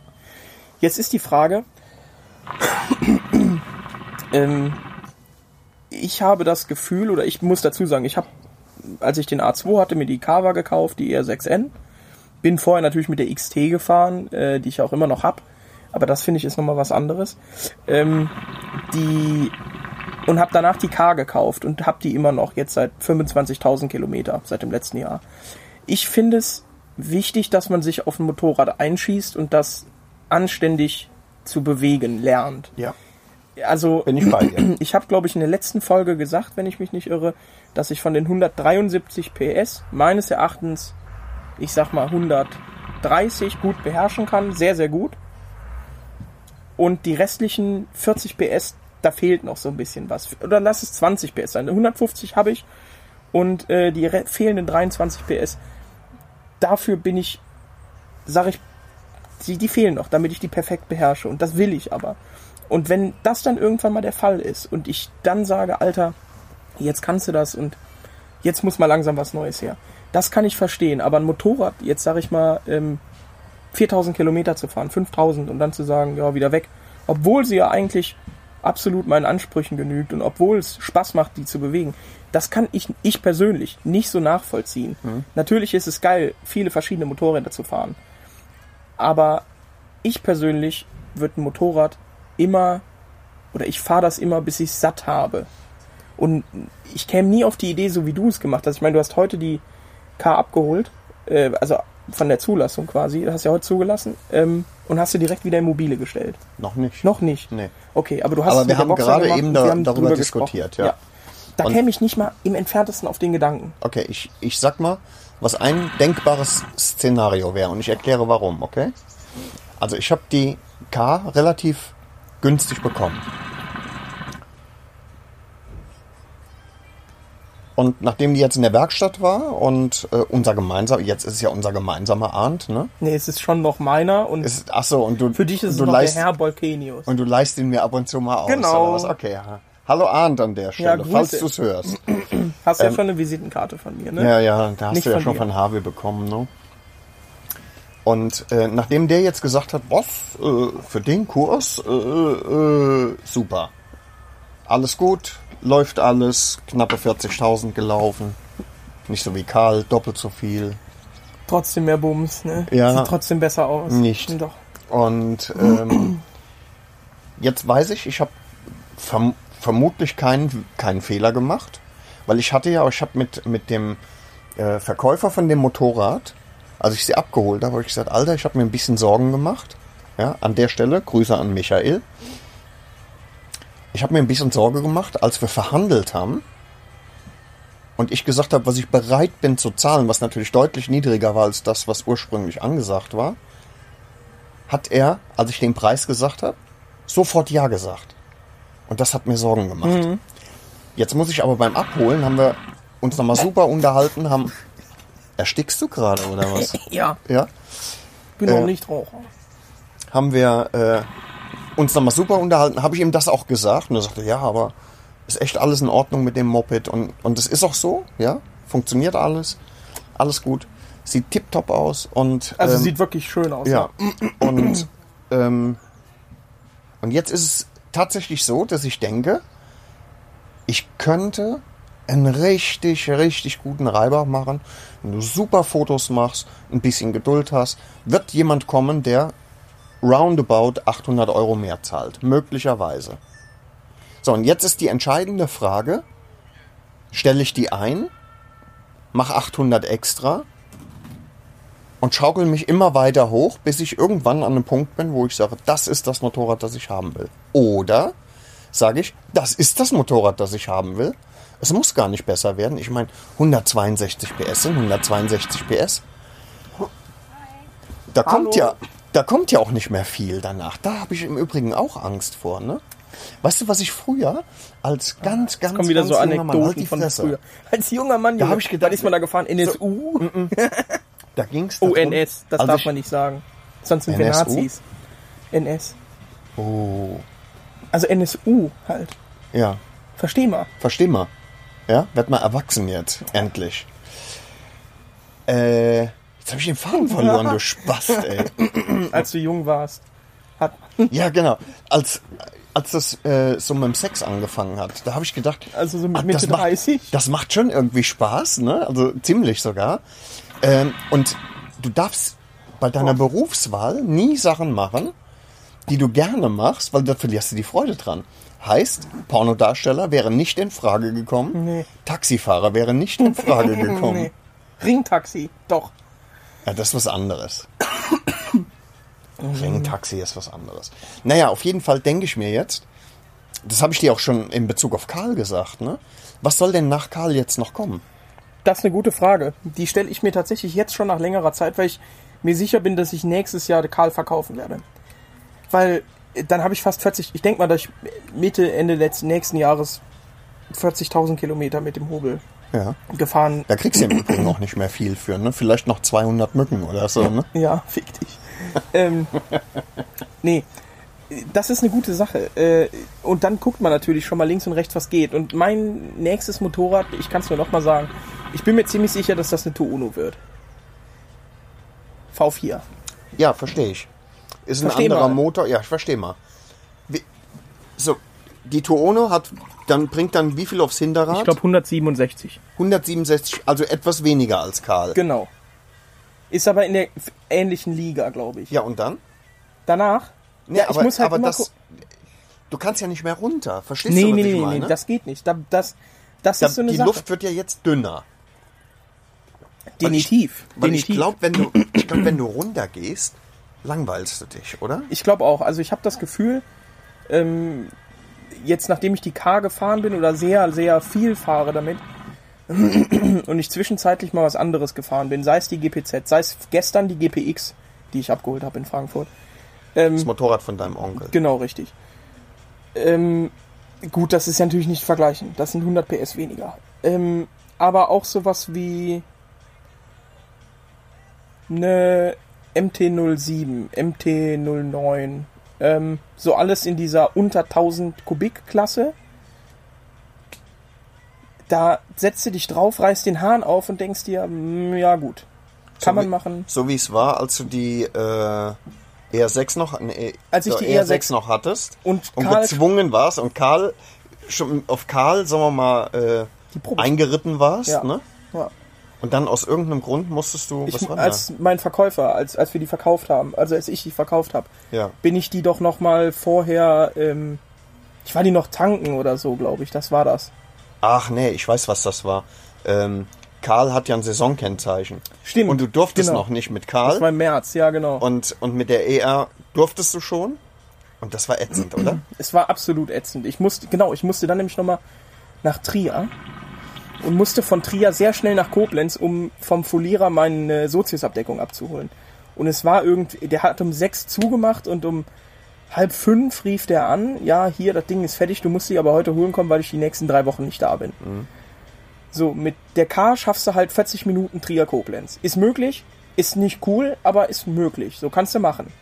C: Jetzt ist die Frage, ähm, ich habe das Gefühl, oder ich muss dazu sagen, ich habe, als ich den A2 hatte, mir die Kawa gekauft, die R6N. Bin vorher natürlich mit der XT gefahren, äh, die ich auch immer noch hab. Aber das finde ich ist nochmal was anderes. Ähm, die und habe danach die K gekauft und habe die immer noch jetzt seit 25.000 Kilometer seit dem letzten Jahr. Ich finde es wichtig, dass man sich auf ein Motorrad einschießt und das anständig zu bewegen lernt.
B: Ja.
C: Also
B: Bin ich bei dir.
C: ich habe, glaube ich, in der letzten Folge gesagt, wenn ich mich nicht irre, dass ich von den 173 PS meines Erachtens, ich sag mal 130 gut beherrschen kann, sehr, sehr gut. Und die restlichen 40 PS, da fehlt noch so ein bisschen was. Oder lass es 20 PS sein. 150 habe ich und äh, die re- fehlenden 23 PS, dafür bin ich, sag ich, die, die fehlen noch, damit ich die perfekt beherrsche. Und das will ich aber. Und wenn das dann irgendwann mal der Fall ist und ich dann sage, Alter, jetzt kannst du das und jetzt muss mal langsam was Neues her. Das kann ich verstehen, aber ein Motorrad, jetzt sage ich mal, ähm, 4000 Kilometer zu fahren, 5000 und dann zu sagen, ja, wieder weg, obwohl sie ja eigentlich absolut meinen Ansprüchen genügt und obwohl es Spaß macht, die zu bewegen, das kann ich, ich persönlich nicht so nachvollziehen. Natürlich ist es geil, viele verschiedene Motorräder zu fahren, aber ich persönlich würde ein Motorrad immer oder ich fahre das immer, bis ich satt habe. Und ich käme nie auf die Idee, so wie du es gemacht hast. Ich meine, du hast heute die K abgeholt, äh, also von der Zulassung quasi, hast ja heute zugelassen ähm, und hast sie direkt wieder in mobile gestellt.
B: Noch nicht.
C: Noch nicht.
B: Nee.
C: Okay, aber du hast
B: Aber wir
C: es mit der
B: haben
C: Boxer
B: gerade
C: gemacht
B: eben
C: und
B: da-
C: wir haben
B: darüber
C: drüber
B: diskutiert,
C: gesprochen.
B: ja.
C: Da
B: Und-
C: käme ich nicht mal im entferntesten auf den Gedanken.
B: Okay, ich, ich sag mal, was ein denkbares Szenario wäre und ich erkläre warum, okay? Also ich habe die K relativ günstig bekommen. Und nachdem die jetzt in der Werkstatt war und äh, unser gemeinsamer, jetzt ist es ja unser gemeinsamer Arndt, ne?
C: Nee, es ist schon noch meiner und
B: Ist, ach so, und du
C: für dich ist es
B: du
C: noch
B: leist,
C: der Herr Bolkenius.
B: und du leist ihn mir ab und zu mal aus.
C: Genau.
B: oder was? Okay. ja. Hallo Arndt an der Stelle,
C: Grüße.
B: falls du es hörst.
C: Hast ja schon eine Visitenkarte von mir, ne?
B: Ähm, Ja, ja, da hast
C: Nicht
B: du ja
C: von
B: schon
C: dir.
B: von Harvey bekommen, ne? Und äh, nachdem der jetzt gesagt hat, was, äh, für den Kurs, äh, äh, super. Alles gut, läuft alles, knappe 40.000 gelaufen. Nicht so wie Karl, doppelt so viel.
C: Trotzdem mehr Bums, ne?
B: Ja.
C: Sieht trotzdem besser aus.
B: Nicht.
C: Doch.
B: Und ähm, jetzt weiß ich, ich habe verm vermutlich keinen, keinen Fehler gemacht, weil ich hatte ja, ich habe mit, mit dem äh, Verkäufer von dem Motorrad, als ich sie abgeholt habe, habe ich gesagt, Alter, ich habe mir ein bisschen Sorgen gemacht. Ja, an der Stelle Grüße an Michael. Ich habe mir ein bisschen Sorge gemacht, als wir verhandelt haben und ich gesagt habe, was ich bereit bin zu zahlen, was natürlich deutlich niedriger war als das, was ursprünglich angesagt war hat er, als ich den Preis gesagt habe, sofort Ja gesagt. Und das hat mir Sorgen gemacht. Jetzt muss ich aber beim Abholen, haben wir uns nochmal super unterhalten, haben... Erstickst du gerade oder was?
C: Ja,
B: Ja.
C: bin
B: Äh,
C: auch nicht Raucher.
B: Haben wir äh, uns nochmal super unterhalten, habe ich ihm das auch gesagt. Und er sagte, ja, aber ist echt alles in Ordnung mit dem Moped. Und und es ist auch so, ja, funktioniert alles, alles gut. Sieht tipptopp aus und...
C: Also
B: ähm,
C: sieht wirklich schön aus.
B: Ja. Und, ähm, und jetzt ist es tatsächlich so, dass ich denke, ich könnte einen richtig, richtig guten Reibach machen, wenn du super Fotos machst, ein bisschen Geduld hast, wird jemand kommen, der roundabout 800 Euro mehr zahlt, möglicherweise. So, und jetzt ist die entscheidende Frage, stelle ich die ein, mach 800 extra und schaukel mich immer weiter hoch, bis ich irgendwann an einem Punkt bin, wo ich sage, das ist das Motorrad, das ich haben will. Oder sage ich, das ist das Motorrad, das ich haben will. Es muss gar nicht besser werden. Ich meine, 162 PS sind 162 PS. Da kommt ja, da kommt ja auch nicht mehr viel danach. Da habe ich im Übrigen auch Angst vor, ne? Weißt du, was ich früher als ganz, ganz,
C: Kommen wieder
B: ganz
C: so
B: junger Mann- halt
C: Anekdoten
B: die
C: von
B: Fresse.
C: früher. Als junger Mann,
B: Da
C: Junge,
B: hab ich gedacht, mm,
C: wann ist man da gefahren? NSU?
B: Da ging's darum,
C: UNS, Oh,
B: als
C: das darf
B: also ich-
C: man nicht sagen. Sonst sind wir
B: NSU?
C: Nazis. NS. Oh. Also NSU halt.
B: Ja,
C: Versteh mal.
B: Versteh mal. Ja, werd mal erwachsen jetzt. Endlich. Äh, jetzt habe ich den Faden verloren, du Spast, ey. Mm,
C: Als du jung warst, hat
B: Ja, genau. Als, als das äh, so mit dem Sex angefangen hat, da habe ich gedacht,
C: Also so mit
B: ah,
C: Mitte
B: das macht,
C: 30?
B: Das macht schon irgendwie Spaß, ne? Also ziemlich sogar.
C: Oh.
B: Ähm, und du darfst bei deiner Berufswahl nie Sachen machen, die du gerne machst, weil da verlierst du die Freude dran. Heißt, Pornodarsteller wären nicht in Frage gekommen,
C: Nee.
B: Taxifahrer wären nicht in Frage gekommen.
C: Nee. Ringtaxi, doch.
B: Ja, das ist was anderes. Ringtaxi ist was anderes. Naja, auf jeden Fall denke ich mir jetzt, das habe ich dir auch schon in Bezug auf Karl gesagt, ne? Was soll denn nach Karl jetzt noch kommen?
C: Das ist eine gute Frage. Die stelle ich mir tatsächlich jetzt schon nach längerer Zeit, weil ich mir sicher bin, dass ich nächstes Jahr Karl verkaufen werde. Weil äh, dann habe ich fast 40, ich denke mal, dass ich Mitte, Ende letzten, nächsten Jahres 40.000 Kilometer mit dem Hobel
B: Ja.
C: gefahren.
B: Da kriegst du im Übrigen auch nicht mehr viel für, ne? Vielleicht noch 200 Mücken oder so, ne?
C: Ja, fick dich. ähm, nee, das ist eine gute Sache. Äh, Und dann guckt man natürlich schon mal links und rechts, was geht. Und mein nächstes Motorrad, ich kann es nur noch mal sagen, ich bin mir ziemlich sicher, dass das eine Tuono wird. V4.
B: Ja, verstehe ich. Ist ein
C: Versteh
B: anderer
C: mal.
B: Motor. Ja, ich verstehe mal. Wie, so, die Tuono hat dann bringt dann wie viel aufs Hinterrad?
C: Ich glaube 167.
B: 167, also etwas weniger als Karl.
C: Genau. Ist aber in der f- ähnlichen Liga, glaube ich.
B: ja, und dann?
C: Danach?
B: Nee, aber, aber
C: halt gu-
B: das. Du kannst ja nicht mehr runter. Verstehst
C: Nee,
B: du, was
C: nee,
B: ich
C: nee, nee,
B: meine?
C: das geht nicht. Da, das das
B: Da,
C: ist so eine
B: die
C: Sache.
B: Luft wird ne? ja jetzt dünner. weil ich-
C: Definitiv.
B: Weil ich
C: Definitiv.
B: glaube, wenn du, ich glaub, wenn du runtergehst, langweilst du dich, oder?
C: Ich glaube auch. Also ich habe das Gefühl, ähm, jetzt nachdem ich die K gefahren bin oder sehr, sehr viel fahre damit und ich zwischenzeitlich mal was anderes gefahren bin, sei es die GPZ, sei es gestern die GPX, die ich abgeholt habe in Frankfurt. Ähm,
B: Das Motorrad von deinem Onkel.
C: Genau, richtig. Ähm, gut, das ist ja natürlich nicht zu vergleichen. Das sind 100 PS weniger. Ähm, aber auch sowas wie eine MT-07, MT-09. Ähm, so alles in dieser unter 1000 Kubik-Klasse. Da setzt du dich drauf, reißt den Hahn auf und denkst dir, mm, ja gut, kann man
B: wie-
C: machen.
B: So wie es war, als du die äh, ER6 noch, nee, äh,
C: Als ich
B: so,
C: die
B: ER6
C: ER6
B: noch hattest
C: und
B: und
C: Karl-
B: gezwungen warst und Karl schon auf Karl, sagen wir mal,
C: Die
B: äh,
C: Probe.
B: eingeritten warst,
C: Ja.
B: ne?
C: Ja.
B: Und dann aus irgendeinem Grund musstest du
C: Ich,
B: Oh, was ran.
C: als mein Verkäufer, als, als wir die verkauft haben, also als ich die verkauft habe,
B: Ja.
C: bin ich die doch nochmal vorher, ähm, ich war die noch tanken oder so, glaube ich, das war das.
B: Ach nee, ich weiß, was das war. Ähm, Karl hat ja ein Saisonkennzeichen.
C: Stimmt,
B: Und du durftest
C: genau.
B: noch nicht mit
C: Das war
B: Karl.
C: im März, ja genau.
B: Und, und mit der ER durftest du schon. Und das war ätzend, oder?
C: es war absolut ätzend. Ich musste, genau, ich musste dann nämlich nochmal nach Trier und musste von Trier sehr schnell nach Koblenz, um vom Folierer meine Soziusabdeckung abzuholen. Und es war irgendwie, der hat um sechs zugemacht und um halb fünf rief der an, ja, hier, das Ding ist fertig, du musst dich aber heute holen kommen, weil ich die nächsten drei Wochen nicht da bin. So, mit der K schaffst du halt 40 Minuten Trier-Koblenz. Ist möglich, ist nicht cool, aber ist möglich. So kannst du machen.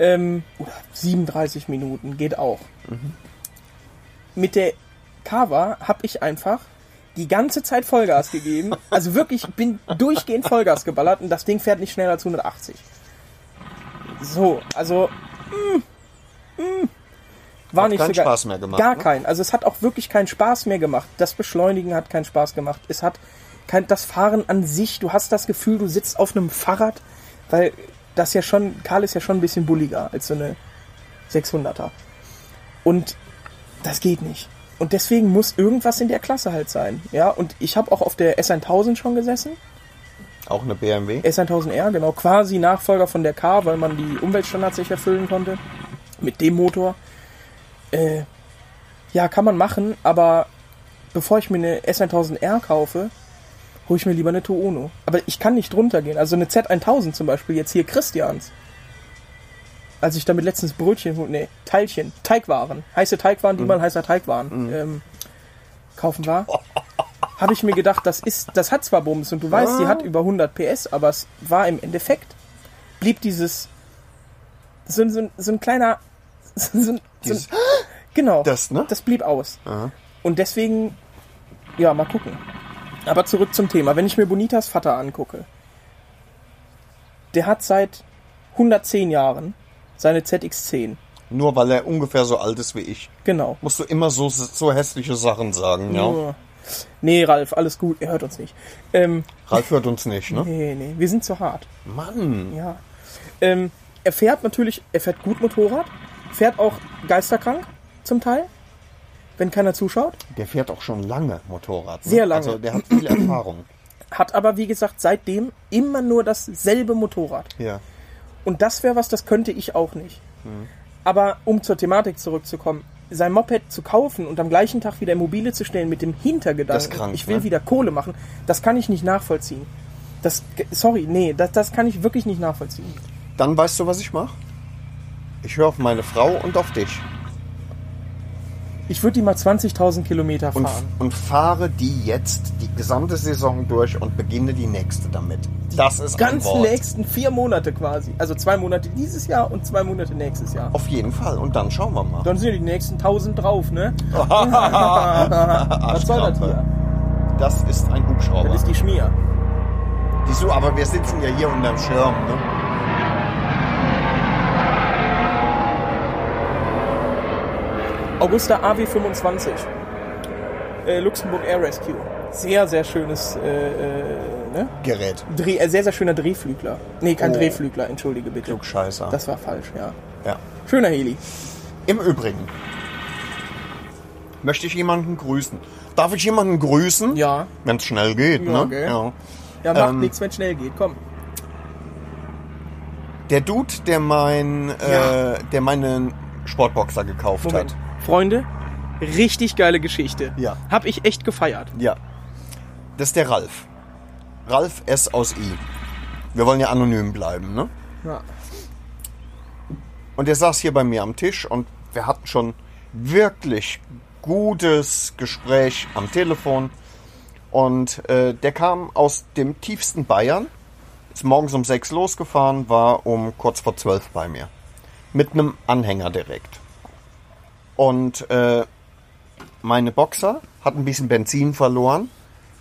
C: Ähm, oder 37 Minuten, geht auch.
B: Mhm.
C: Mit der Kava habe ich einfach die ganze Zeit Vollgas gegeben. Also wirklich, ich bin durchgehend Vollgas geballert und das Ding fährt nicht schneller als 180. So, also mm, mm, war
B: Hat
C: nicht
B: keinen
C: so geil.
B: Spaß mehr gemacht,
C: Gar
B: ne?
C: keinen. Also es hat auch wirklich keinen Spaß mehr gemacht. Das Beschleunigen hat keinen Spaß gemacht. Es hat kein, das Fahren an sich. Du hast das Gefühl, du sitzt auf einem Fahrrad, weil das ja schon Karl ist ja schon ein bisschen bulliger als so eine 600er. Und das geht nicht. Und deswegen muss irgendwas in der Klasse halt sein. Ja, und ich habe auch auf der S1000 schon gesessen.
B: Auch eine BMW.
C: S1000R, genau, quasi Nachfolger von der K, weil man die Umweltstandards nicht erfüllen konnte. Mit dem Motor. Äh, ja, kann man machen, aber bevor ich mir eine S1000R kaufe, hole ich mir lieber eine Toono. Aber ich kann nicht drunter gehen. Also eine Z1000 zum Beispiel, jetzt hier Christians. Als ich damit letztens Brötchen, hol- nee, Teilchen, Teigwaren, heiße Teigwaren, die mal heißer Teigwaren ähm, kaufen war habe ich mir gedacht, das ist, das hat zwar Bums und du weißt, die hat über 100 PS, aber es war im Endeffekt blieb dieses so, ein- so, ein- so ein kleiner so, ein- so, ein-
B: Dieses-
C: so, ein- genau
B: Das, ne?
C: das blieb aus und deswegen ja mal gucken. Aber zurück zum Thema, wenn ich mir Bonitas Vater angucke, der hat seit 110 Jahren seine ZX10
B: Nur weil er ungefähr so alt ist wie ich.
C: genau
B: Musst du immer so, so hässliche Sachen sagen, ja?
C: Oh. Nee, Ralf, alles gut, er hört uns nicht. Ähm,
B: Ralf hört uns nicht, ne?
C: nee, nee, wir sind zu hart.
B: Mann!
C: Ja. Ähm, er fährt natürlich, er fährt gut Motorrad, fährt auch geisterkrank zum Teil, wenn keiner zuschaut.
B: Der fährt auch schon lange Motorrad. ne?
C: Sehr lange.
B: Also der hat viel Erfahrung.
C: Hat aber, wie gesagt, seitdem immer nur dasselbe Motorrad.
B: Ja.
C: Und das wäre was, das könnte ich auch nicht.
B: Mhm.
C: Aber um zur Thematik zurückzukommen, sein Moped zu kaufen und am gleichen Tag wieder in Mobile zu stellen mit dem Hintergedanken,
B: Das ist krank,
C: ich will
B: ne?
C: wieder Kohle machen, das kann ich nicht nachvollziehen. Das, sorry, nee, das, das kann ich wirklich nicht nachvollziehen.
B: Dann weißt du, was ich mache? Ich höre auf meine Frau und auf dich.
C: Ich würde die mal 20.000 Kilometer
B: Und,
C: fahren.
B: und fahre die jetzt die gesamte Saison durch und beginne die nächste damit. Das ist ein
C: Ganz
B: Wort.
C: nächsten vier Monate quasi. Also zwei Monate dieses Jahr und zwei Monate nächstes Jahr.
B: Auf jeden Fall. Und dann schauen wir mal.
C: Dann sind ja die nächsten 1000 drauf, ne? Was soll das hier?
B: Das ist ein Hubschrauber.
C: Das ist die Schmier.
B: Wieso? Aber wir sitzen ja hier unterm Schirm. Ne?
C: Augusta AW25. Äh, Luxemburg Air Rescue. Sehr, sehr schönes, äh, äh, ne?
B: Gerät.
C: Dreh, äh, sehr, sehr schöner Drehflügler. Nee, kein
B: Oh.
C: Drehflügler, entschuldige bitte.
B: Klugscheißer.
C: Das war falsch, ja.
B: ja.
C: Schöner Heli.
B: Im Übrigen möchte ich jemanden grüßen. Darf ich jemanden grüßen?
C: Ja.
B: Wenn es schnell geht,
C: Ja,
B: ne?
C: gell. Ja, macht
B: Ähm.
C: nichts, wenn schnell geht. Komm.
B: Der Dude, der mein,
C: Ja.
B: äh, der meinen Sportboxer gekauft
C: Moment.
B: hat.
C: Freunde, richtig geile Geschichte.
B: Ja.
C: Hab ich echt gefeiert.
B: Ja. Das ist der Ralf. Ralf S aus I. Wir wollen ja anonym bleiben, ne?
C: Ja.
B: Und er saß hier bei mir am Tisch und wir hatten schon wirklich gutes Gespräch am Telefon. Und äh, der kam aus dem tiefsten Bayern, ist morgens um sechs losgefahren, war um kurz vor zwölf bei mir. Mit einem Anhänger direkt. Und äh, meine Boxer hat ein bisschen Benzin verloren.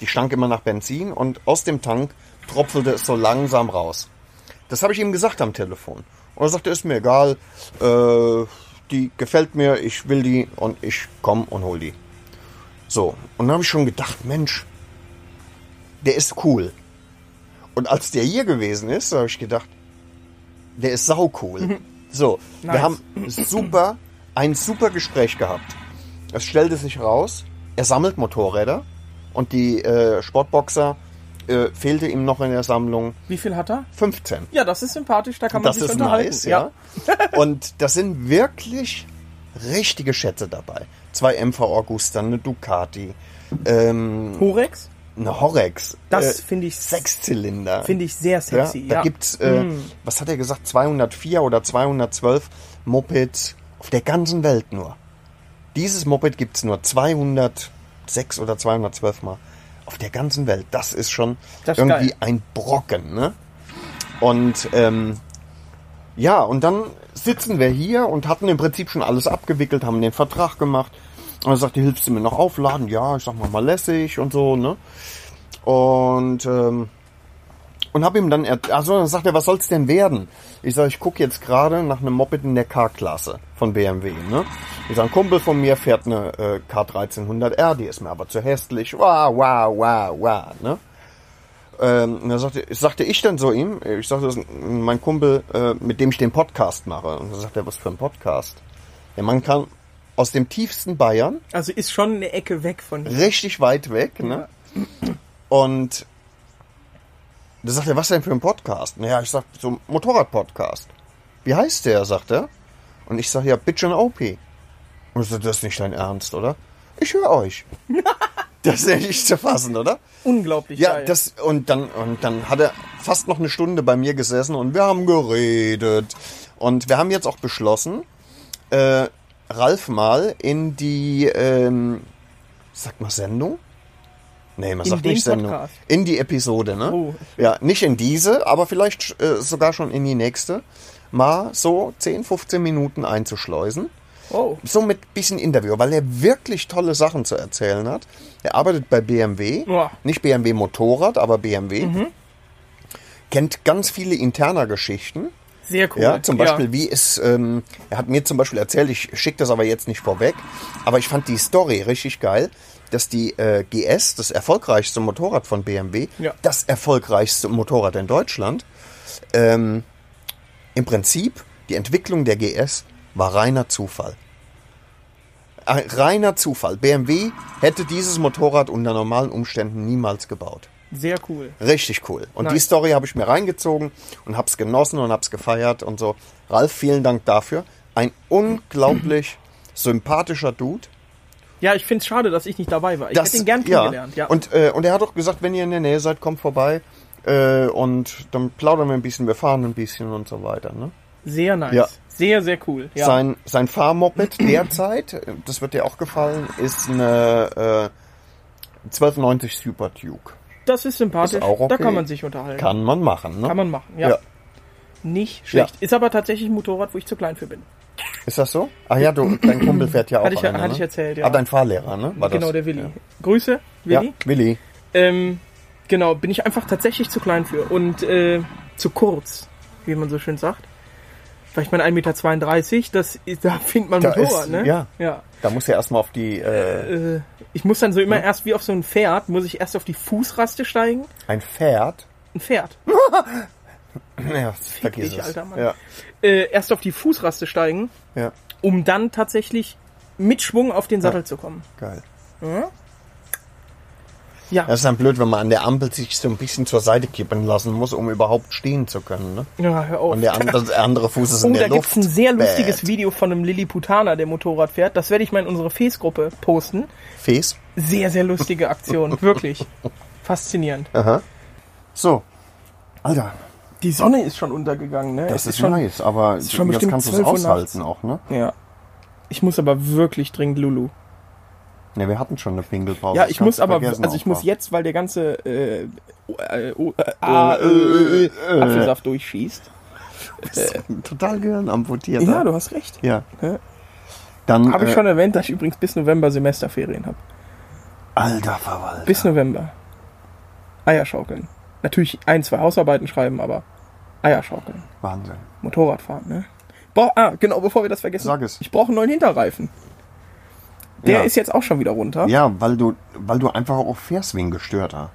B: Die stank immer nach Benzin und aus dem Tank tropfelte es so langsam raus. Das habe ich ihm gesagt am Telefon. Und er sagte, ist mir egal, äh, die gefällt mir, ich will die und ich komm und hol die. So, und dann habe ich schon gedacht, Mensch, der ist cool. Und als der hier gewesen ist, habe ich gedacht, der ist sau cool. So,
C: Nice.
B: wir haben super, ein super Gespräch gehabt. Es stellte sich raus, er sammelt Motorräder und die äh, Sportboxer äh, fehlte ihm noch in der Sammlung
C: Wie viel hat er?
B: 15.
C: Ja, das ist sympathisch, da kann man
B: Das
C: sich
B: ist
C: unterhalten.
B: nice, ja. Und das sind wirklich richtige Schätze dabei. Zwei MV Augusta, eine Ducati, ähm,
C: Horex
B: eine Horex.
C: Das finde ich-
B: Sechszylinder.
C: finde ich sehr sexy. Hm.
B: Ja, da gibt's, äh, was hat er gesagt, 204 oder 212 Mopeds auf der ganzen Welt nur. Dieses Moped gibt's nur 206 oder 212 Mal auf der ganzen Welt. Das ist schon
C: Das ist
B: irgendwie
C: geil.
B: ein Brocken, ne? Und ähm, ja, und dann sitzen wir hier und hatten im Prinzip schon alles abgewickelt, haben den Vertrag gemacht. Und er sagte, hilfst du mir noch aufladen? Ja, ich sag mal mal lässig und so, ne? Und ähm, und habe ihm dann, er- also dann sagt er, was soll's denn werden? Ich sage, ich gucke jetzt gerade nach einem Moped in der K-Klasse von BMW. Ne? Ich sage, ein Kumpel von mir fährt eine äh, K1300R, die ist mir aber zu hässlich. Wow, wow, wow, wow. Ne? Ähm, und dann sagte, sagte ich dann so ihm, ich sagte, das ist mein Kumpel, äh, mit dem ich den Podcast mache. Und dann sagt er, was für ein Podcast? Der Mann kann aus dem tiefsten Bayern
C: Also ist schon eine Ecke weg von hier.
B: richtig weit weg, ne? Und da sagt er, was denn für ein Podcast? Naja, ich sag, so ein Motorrad-Podcast. Wie heißt der, sagt er? Und ich sag, ja, Bitch and OP. Und er sagt, das ist nicht dein Ernst, oder? Ich höre euch. das ist ja nicht zu fassen, oder?
C: Unglaublich
B: Ja,
C: geil.
B: das und dann und dann hat er fast noch eine Stunde bei mir gesessen und wir haben geredet und wir haben jetzt auch beschlossen, äh, Ralf mal in die ähm, sagt man Sendung? Nee, man
C: In
B: sagt
C: den
B: nicht Sendung.
C: Podcast.
B: In die Episode, ne?
C: Oh.
B: Ja, nicht in diese, aber vielleicht äh, sogar schon in die nächste. Mal so 10, 15 Minuten einzuschleusen
C: oh.
B: so mit bisschen Interview, weil er wirklich tolle Sachen zu erzählen hat. Er arbeitet bei BMW,
C: Ja.
B: nicht BMW Motorrad, aber BMW. Kennt ganz viele interner Geschichten.
C: Sehr cool.
B: Ja, zum Beispiel, wie es, ähm, er hat mir zum Beispiel erzählt, ich schicke das aber jetzt nicht vorweg, aber ich fand die Story richtig geil, dass die äh, GS, das erfolgreichste Motorrad von BMW,
C: Ja.
B: das erfolgreichste Motorrad in Deutschland, ähm, Im Prinzip, die Entwicklung der GS war reiner Zufall. Ein Reiner Zufall. BMW hätte dieses Motorrad unter normalen Umständen niemals gebaut.
C: Sehr cool.
B: Richtig cool. Und die
C: Nice.
B: Story habe ich mir reingezogen und habe es genossen und habe es gefeiert und so. Ralf, vielen Dank dafür. Ein unglaublich sympathischer Dude.
C: Ja, ich find's schade, dass ich nicht dabei war. Ich
B: Das-
C: hätte ihn gern kennengelernt. Ja.
B: Und, äh, und er hat auch gesagt, wenn ihr in der Nähe seid, kommt vorbei. Äh, und dann plaudern wir ein bisschen, wir fahren ein bisschen und so weiter. Ne?
C: sehr nice.
B: ja.
C: Sehr, sehr cool. Ja.
B: Sein, sein Fahrmoped derzeit, äh, das wird dir auch gefallen, ist eine äh, 1290 Super Duke.
C: das ist sympathisch.
B: Ist auch
C: Da
B: okay.
C: kann man sich unterhalten.
B: Kann man machen. Ne?
C: Kann man machen. Ja.
B: Ja.
C: Nicht schlecht.
B: Ja.
C: Ist aber tatsächlich ein Motorrad, wo ich zu klein für bin.
B: Ist das so? Ach ja, du, dein Kumpel fährt ja auch
C: Hatte ich ja-
B: einer,
C: hatte
B: ne?
C: ich erzählt, ja.
B: Ah, dein Fahrlehrer, ne? War
C: genau,
B: das?
C: der Willi. Grüße,
B: Ja.
C: Willi.
B: Willi? Ja, Willi.
C: Ähm, genau, bin ich einfach tatsächlich zu klein für und äh, zu kurz, wie man so schön sagt. Weil ich meine 1,32 Meter, das, ist- da findet man
B: Da
C: Motorrad,
B: ist-
C: ne?
B: ja.
C: ja.
B: Da muss er erstmal auf die äh,
C: Äh, ich muss dann so immer erst wie auf so ein Pferd, muss ich erst auf die Fußraste steigen.
B: ein Pferd.
C: Ein Pferd.
B: Ja, vergiss
C: dich,
B: es.
C: alter Mann.
B: Ja,
C: Äh, erst auf die Fußraste steigen,
B: ja,
C: um dann tatsächlich mit Schwung auf den Sattel zu kommen.
B: geil.
C: Ja.
B: Das ist dann blöd, wenn man an der Ampel sich so ein bisschen zur Seite kippen lassen muss, um überhaupt stehen zu können. Ne?
C: Ja, hör auf.
B: Und der andere, der andere Fuß ist
C: Oh,
B: in der
C: da
B: Luft.
C: gibt's ein sehr lustiges
B: Bäh.
C: Video von einem Lilliputaner, der Motorrad fährt. Das werde ich mal in unsere Face-Gruppe posten.
B: Fes.
C: Sehr, sehr lustige Aktion. Wirklich. Faszinierend.
B: So. Alter,
C: Die Sonne ist schon untergegangen, ne?
B: das
C: Es
B: ist, nice, aber
C: ist schon
B: das
C: bestimmt
B: kannst du
C: 12 Uhr
B: aushalten auch, ne?
C: Ja. Ich muss aber wirklich dringend Lulu.
B: Ne, wir hatten schon eine Pinkelpause.
C: Ja,
B: das
C: ich
B: kannst
C: muss
B: du
C: aber,
B: vergessen
C: also ich
B: auch
C: muss
B: mal.
C: jetzt, weil der ganze äh, O- äh, O- äh, A-
B: äh,
C: Ö- Ö- Ö- Apfelsaft durchschießt.
B: Total Gehirn amputiert.
C: äh, Ja,
B: ne?
C: du hast recht.
B: ja.
C: Hä?
B: Dann,
C: Habe ich
B: äh,
C: schon erwähnt, dass ich übrigens bis November Semesterferien habe.
B: Alter Verwalter.
C: Bis November. Eier schaukeln. Natürlich ein, zwei Hausarbeiten schreiben, aber Eier schaukeln.
B: Wahnsinn.
C: Motorradfahren, ne? Boah, ah, genau, bevor wir das vergessen.
B: Sag es.
C: Ich brauche einen neuen Hinterreifen. Der
B: Ja.
C: ist jetzt auch schon wieder runter.
B: Ja, weil du, weil du einfach auch fährst wie ein Gestörter.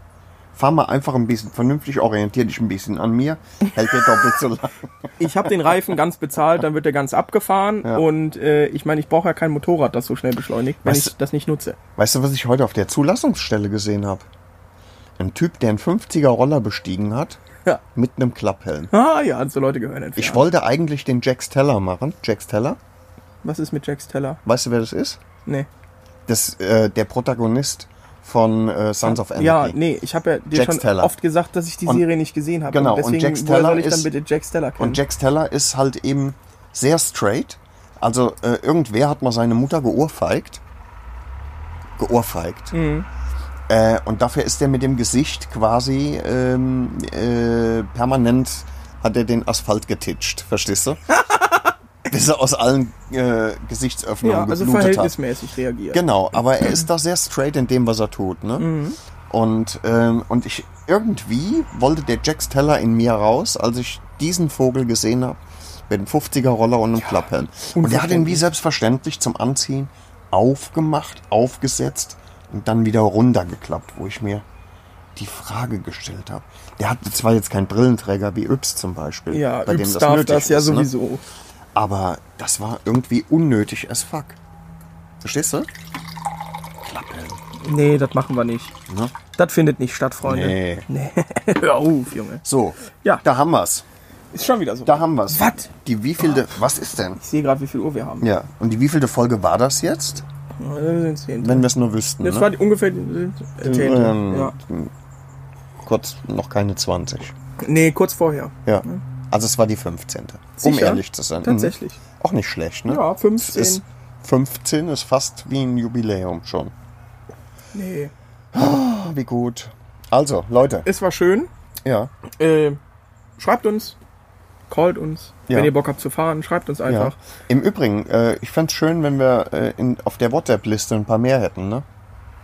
B: Fahr mal einfach ein bisschen vernünftig, orientier dich ein bisschen an mir, hält der doppelt so lang.
C: Ich habe den Reifen ganz bezahlt, dann wird der ganz abgefahren.
B: Ja.
C: Und äh, ich meine, ich brauche ja kein Motorrad, das so schnell beschleunigt, wenn
B: Was-
C: ich das nicht nutze.
B: Weißt du, was ich heute auf der Zulassungsstelle gesehen habe? Ein Typ, der einen 50er Roller bestiegen hat,
C: Ja.
B: mit einem Klapphelm.
C: Ah ja, so Leute gehören entfernt.
B: Ich wollte eigentlich den Jax Teller machen. Jax Teller?
C: Was ist mit Jacks Teller?
B: Weißt du, wer das ist?
C: Nee.
B: Das, äh, der Protagonist von äh, Sons of Anarchy.
C: Ja, nee, ich habe ja dir
B: Jax
C: schon
B: Teller.
C: oft gesagt, dass ich die
B: Und-
C: Serie nicht gesehen habe.
B: genau, und
C: deswegen,
B: Jax
C: woher soll
B: Teller
C: ich dann
B: ist-
C: bitte Jacks Teller kennen?
B: Und Jax Teller ist halt eben sehr straight. Also äh, irgendwer hat mal seine Mutter geohrfeigt. Geohrfeigt.
C: Mhm.
B: Äh, und dafür ist er mit dem Gesicht quasi ähm, äh, permanent hat er den Asphalt getitscht, verstehst du? Bis er aus allen äh, Gesichtsöffnungen
C: ja, also
B: geblutet hat.
C: verhältnismäßig reagiert.
B: Genau, aber er ist da sehr straight in dem, was er tut. Ne?
C: Mhm.
B: Und, ähm, und ich irgendwie wollte der Jax Teller in mir raus, als ich diesen Vogel gesehen habe, mit einem 50er Roller und einem Klapphelm. Und er hat ihn wie selbstverständlich zum Anziehen aufgemacht, aufgesetzt und dann wieder runtergeklappt, wo ich mir die Frage gestellt habe. Der hat zwar jetzt keinen Brillenträger wie Yps zum Beispiel,
C: Ja,
B: bei dem
C: Übs
B: das
C: darf
B: nötig
C: das ja
B: ist, ne?
C: sowieso.
B: Aber das war irgendwie unnötig as fuck. Verstehst du? Klappeln.
C: Nee, das machen wir nicht.
B: Ne?
C: Das findet nicht statt, Freunde.
B: Nee.
C: Hör auf, Junge.
B: So,
C: Ja.
B: da haben wir's.
C: Ist schon wieder so.
B: Da haben wir's.
C: Was?
B: Die wievielte, was ist denn?
C: Ich sehe gerade, wie viel Uhr wir haben.
B: Ja, und die wievielte Folge war das jetzt?
C: Ja, das sind zehn.
B: Wenn wir es nur wüssten.
C: Das
B: ne?
C: war die, ungefähr die äh, zehnte.
B: Ähm,
C: ja.
B: Kurz, noch keine 20.
C: Nee, kurz vorher.
B: Ja. Also es war die 15. Um
C: Mhm. Sicher?
B: ehrlich zu sein. Mhm.
C: Tatsächlich.
B: Auch nicht schlecht, ne?
C: Ja, 15.
B: Es Ist, 15 ist fast wie ein Jubiläum schon.
C: Nee.
B: Ah, wie gut. Also, Leute,
C: Es war schön.
B: ja.
C: Äh, schreibt uns. Callt uns.
B: Ja.
C: Wenn ihr Bock habt zu fahren, schreibt uns einfach.
B: Ja. Im Übrigen, äh, ich fänd's schön, wenn wir äh, in, auf der WhatsApp-Liste ein paar mehr hätten, ne?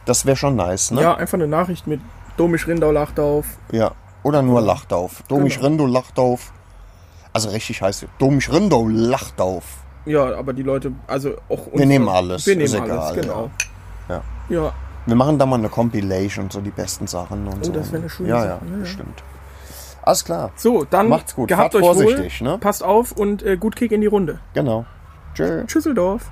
B: Das wäre schon nice,
C: Ja,
B: ne?
C: einfach eine Nachricht mit Domisch Rindau lacht auf.
B: ja. Oder nur Lachtauf. Domisch
C: Genau.
B: Rindo Lachtauf. Also richtig heißt Domisch Rindo Lachtauf.
C: Ja, aber die Leute, also auch uns,
B: Wir nehmen alles,
C: Wir nehmen
B: ist
C: alles,
B: egal,
C: genau.
B: ja.
C: Ja.
B: Wir machen da mal eine Compilation, so die besten Sachen und so.
C: Oh, das wär eine schöne
B: ja,
C: Sache,
B: Ja,
C: ja, ja.
B: bestimmt. Alles klar.
C: So, dann
B: Macht's gut.
C: gehabt
B: Fahrt
C: euch wohl,
B: vorsichtig, ne?
C: passt auf und äh, gut Kick in die Runde.
B: Genau. Tschö.
C: Tschüsseldorf.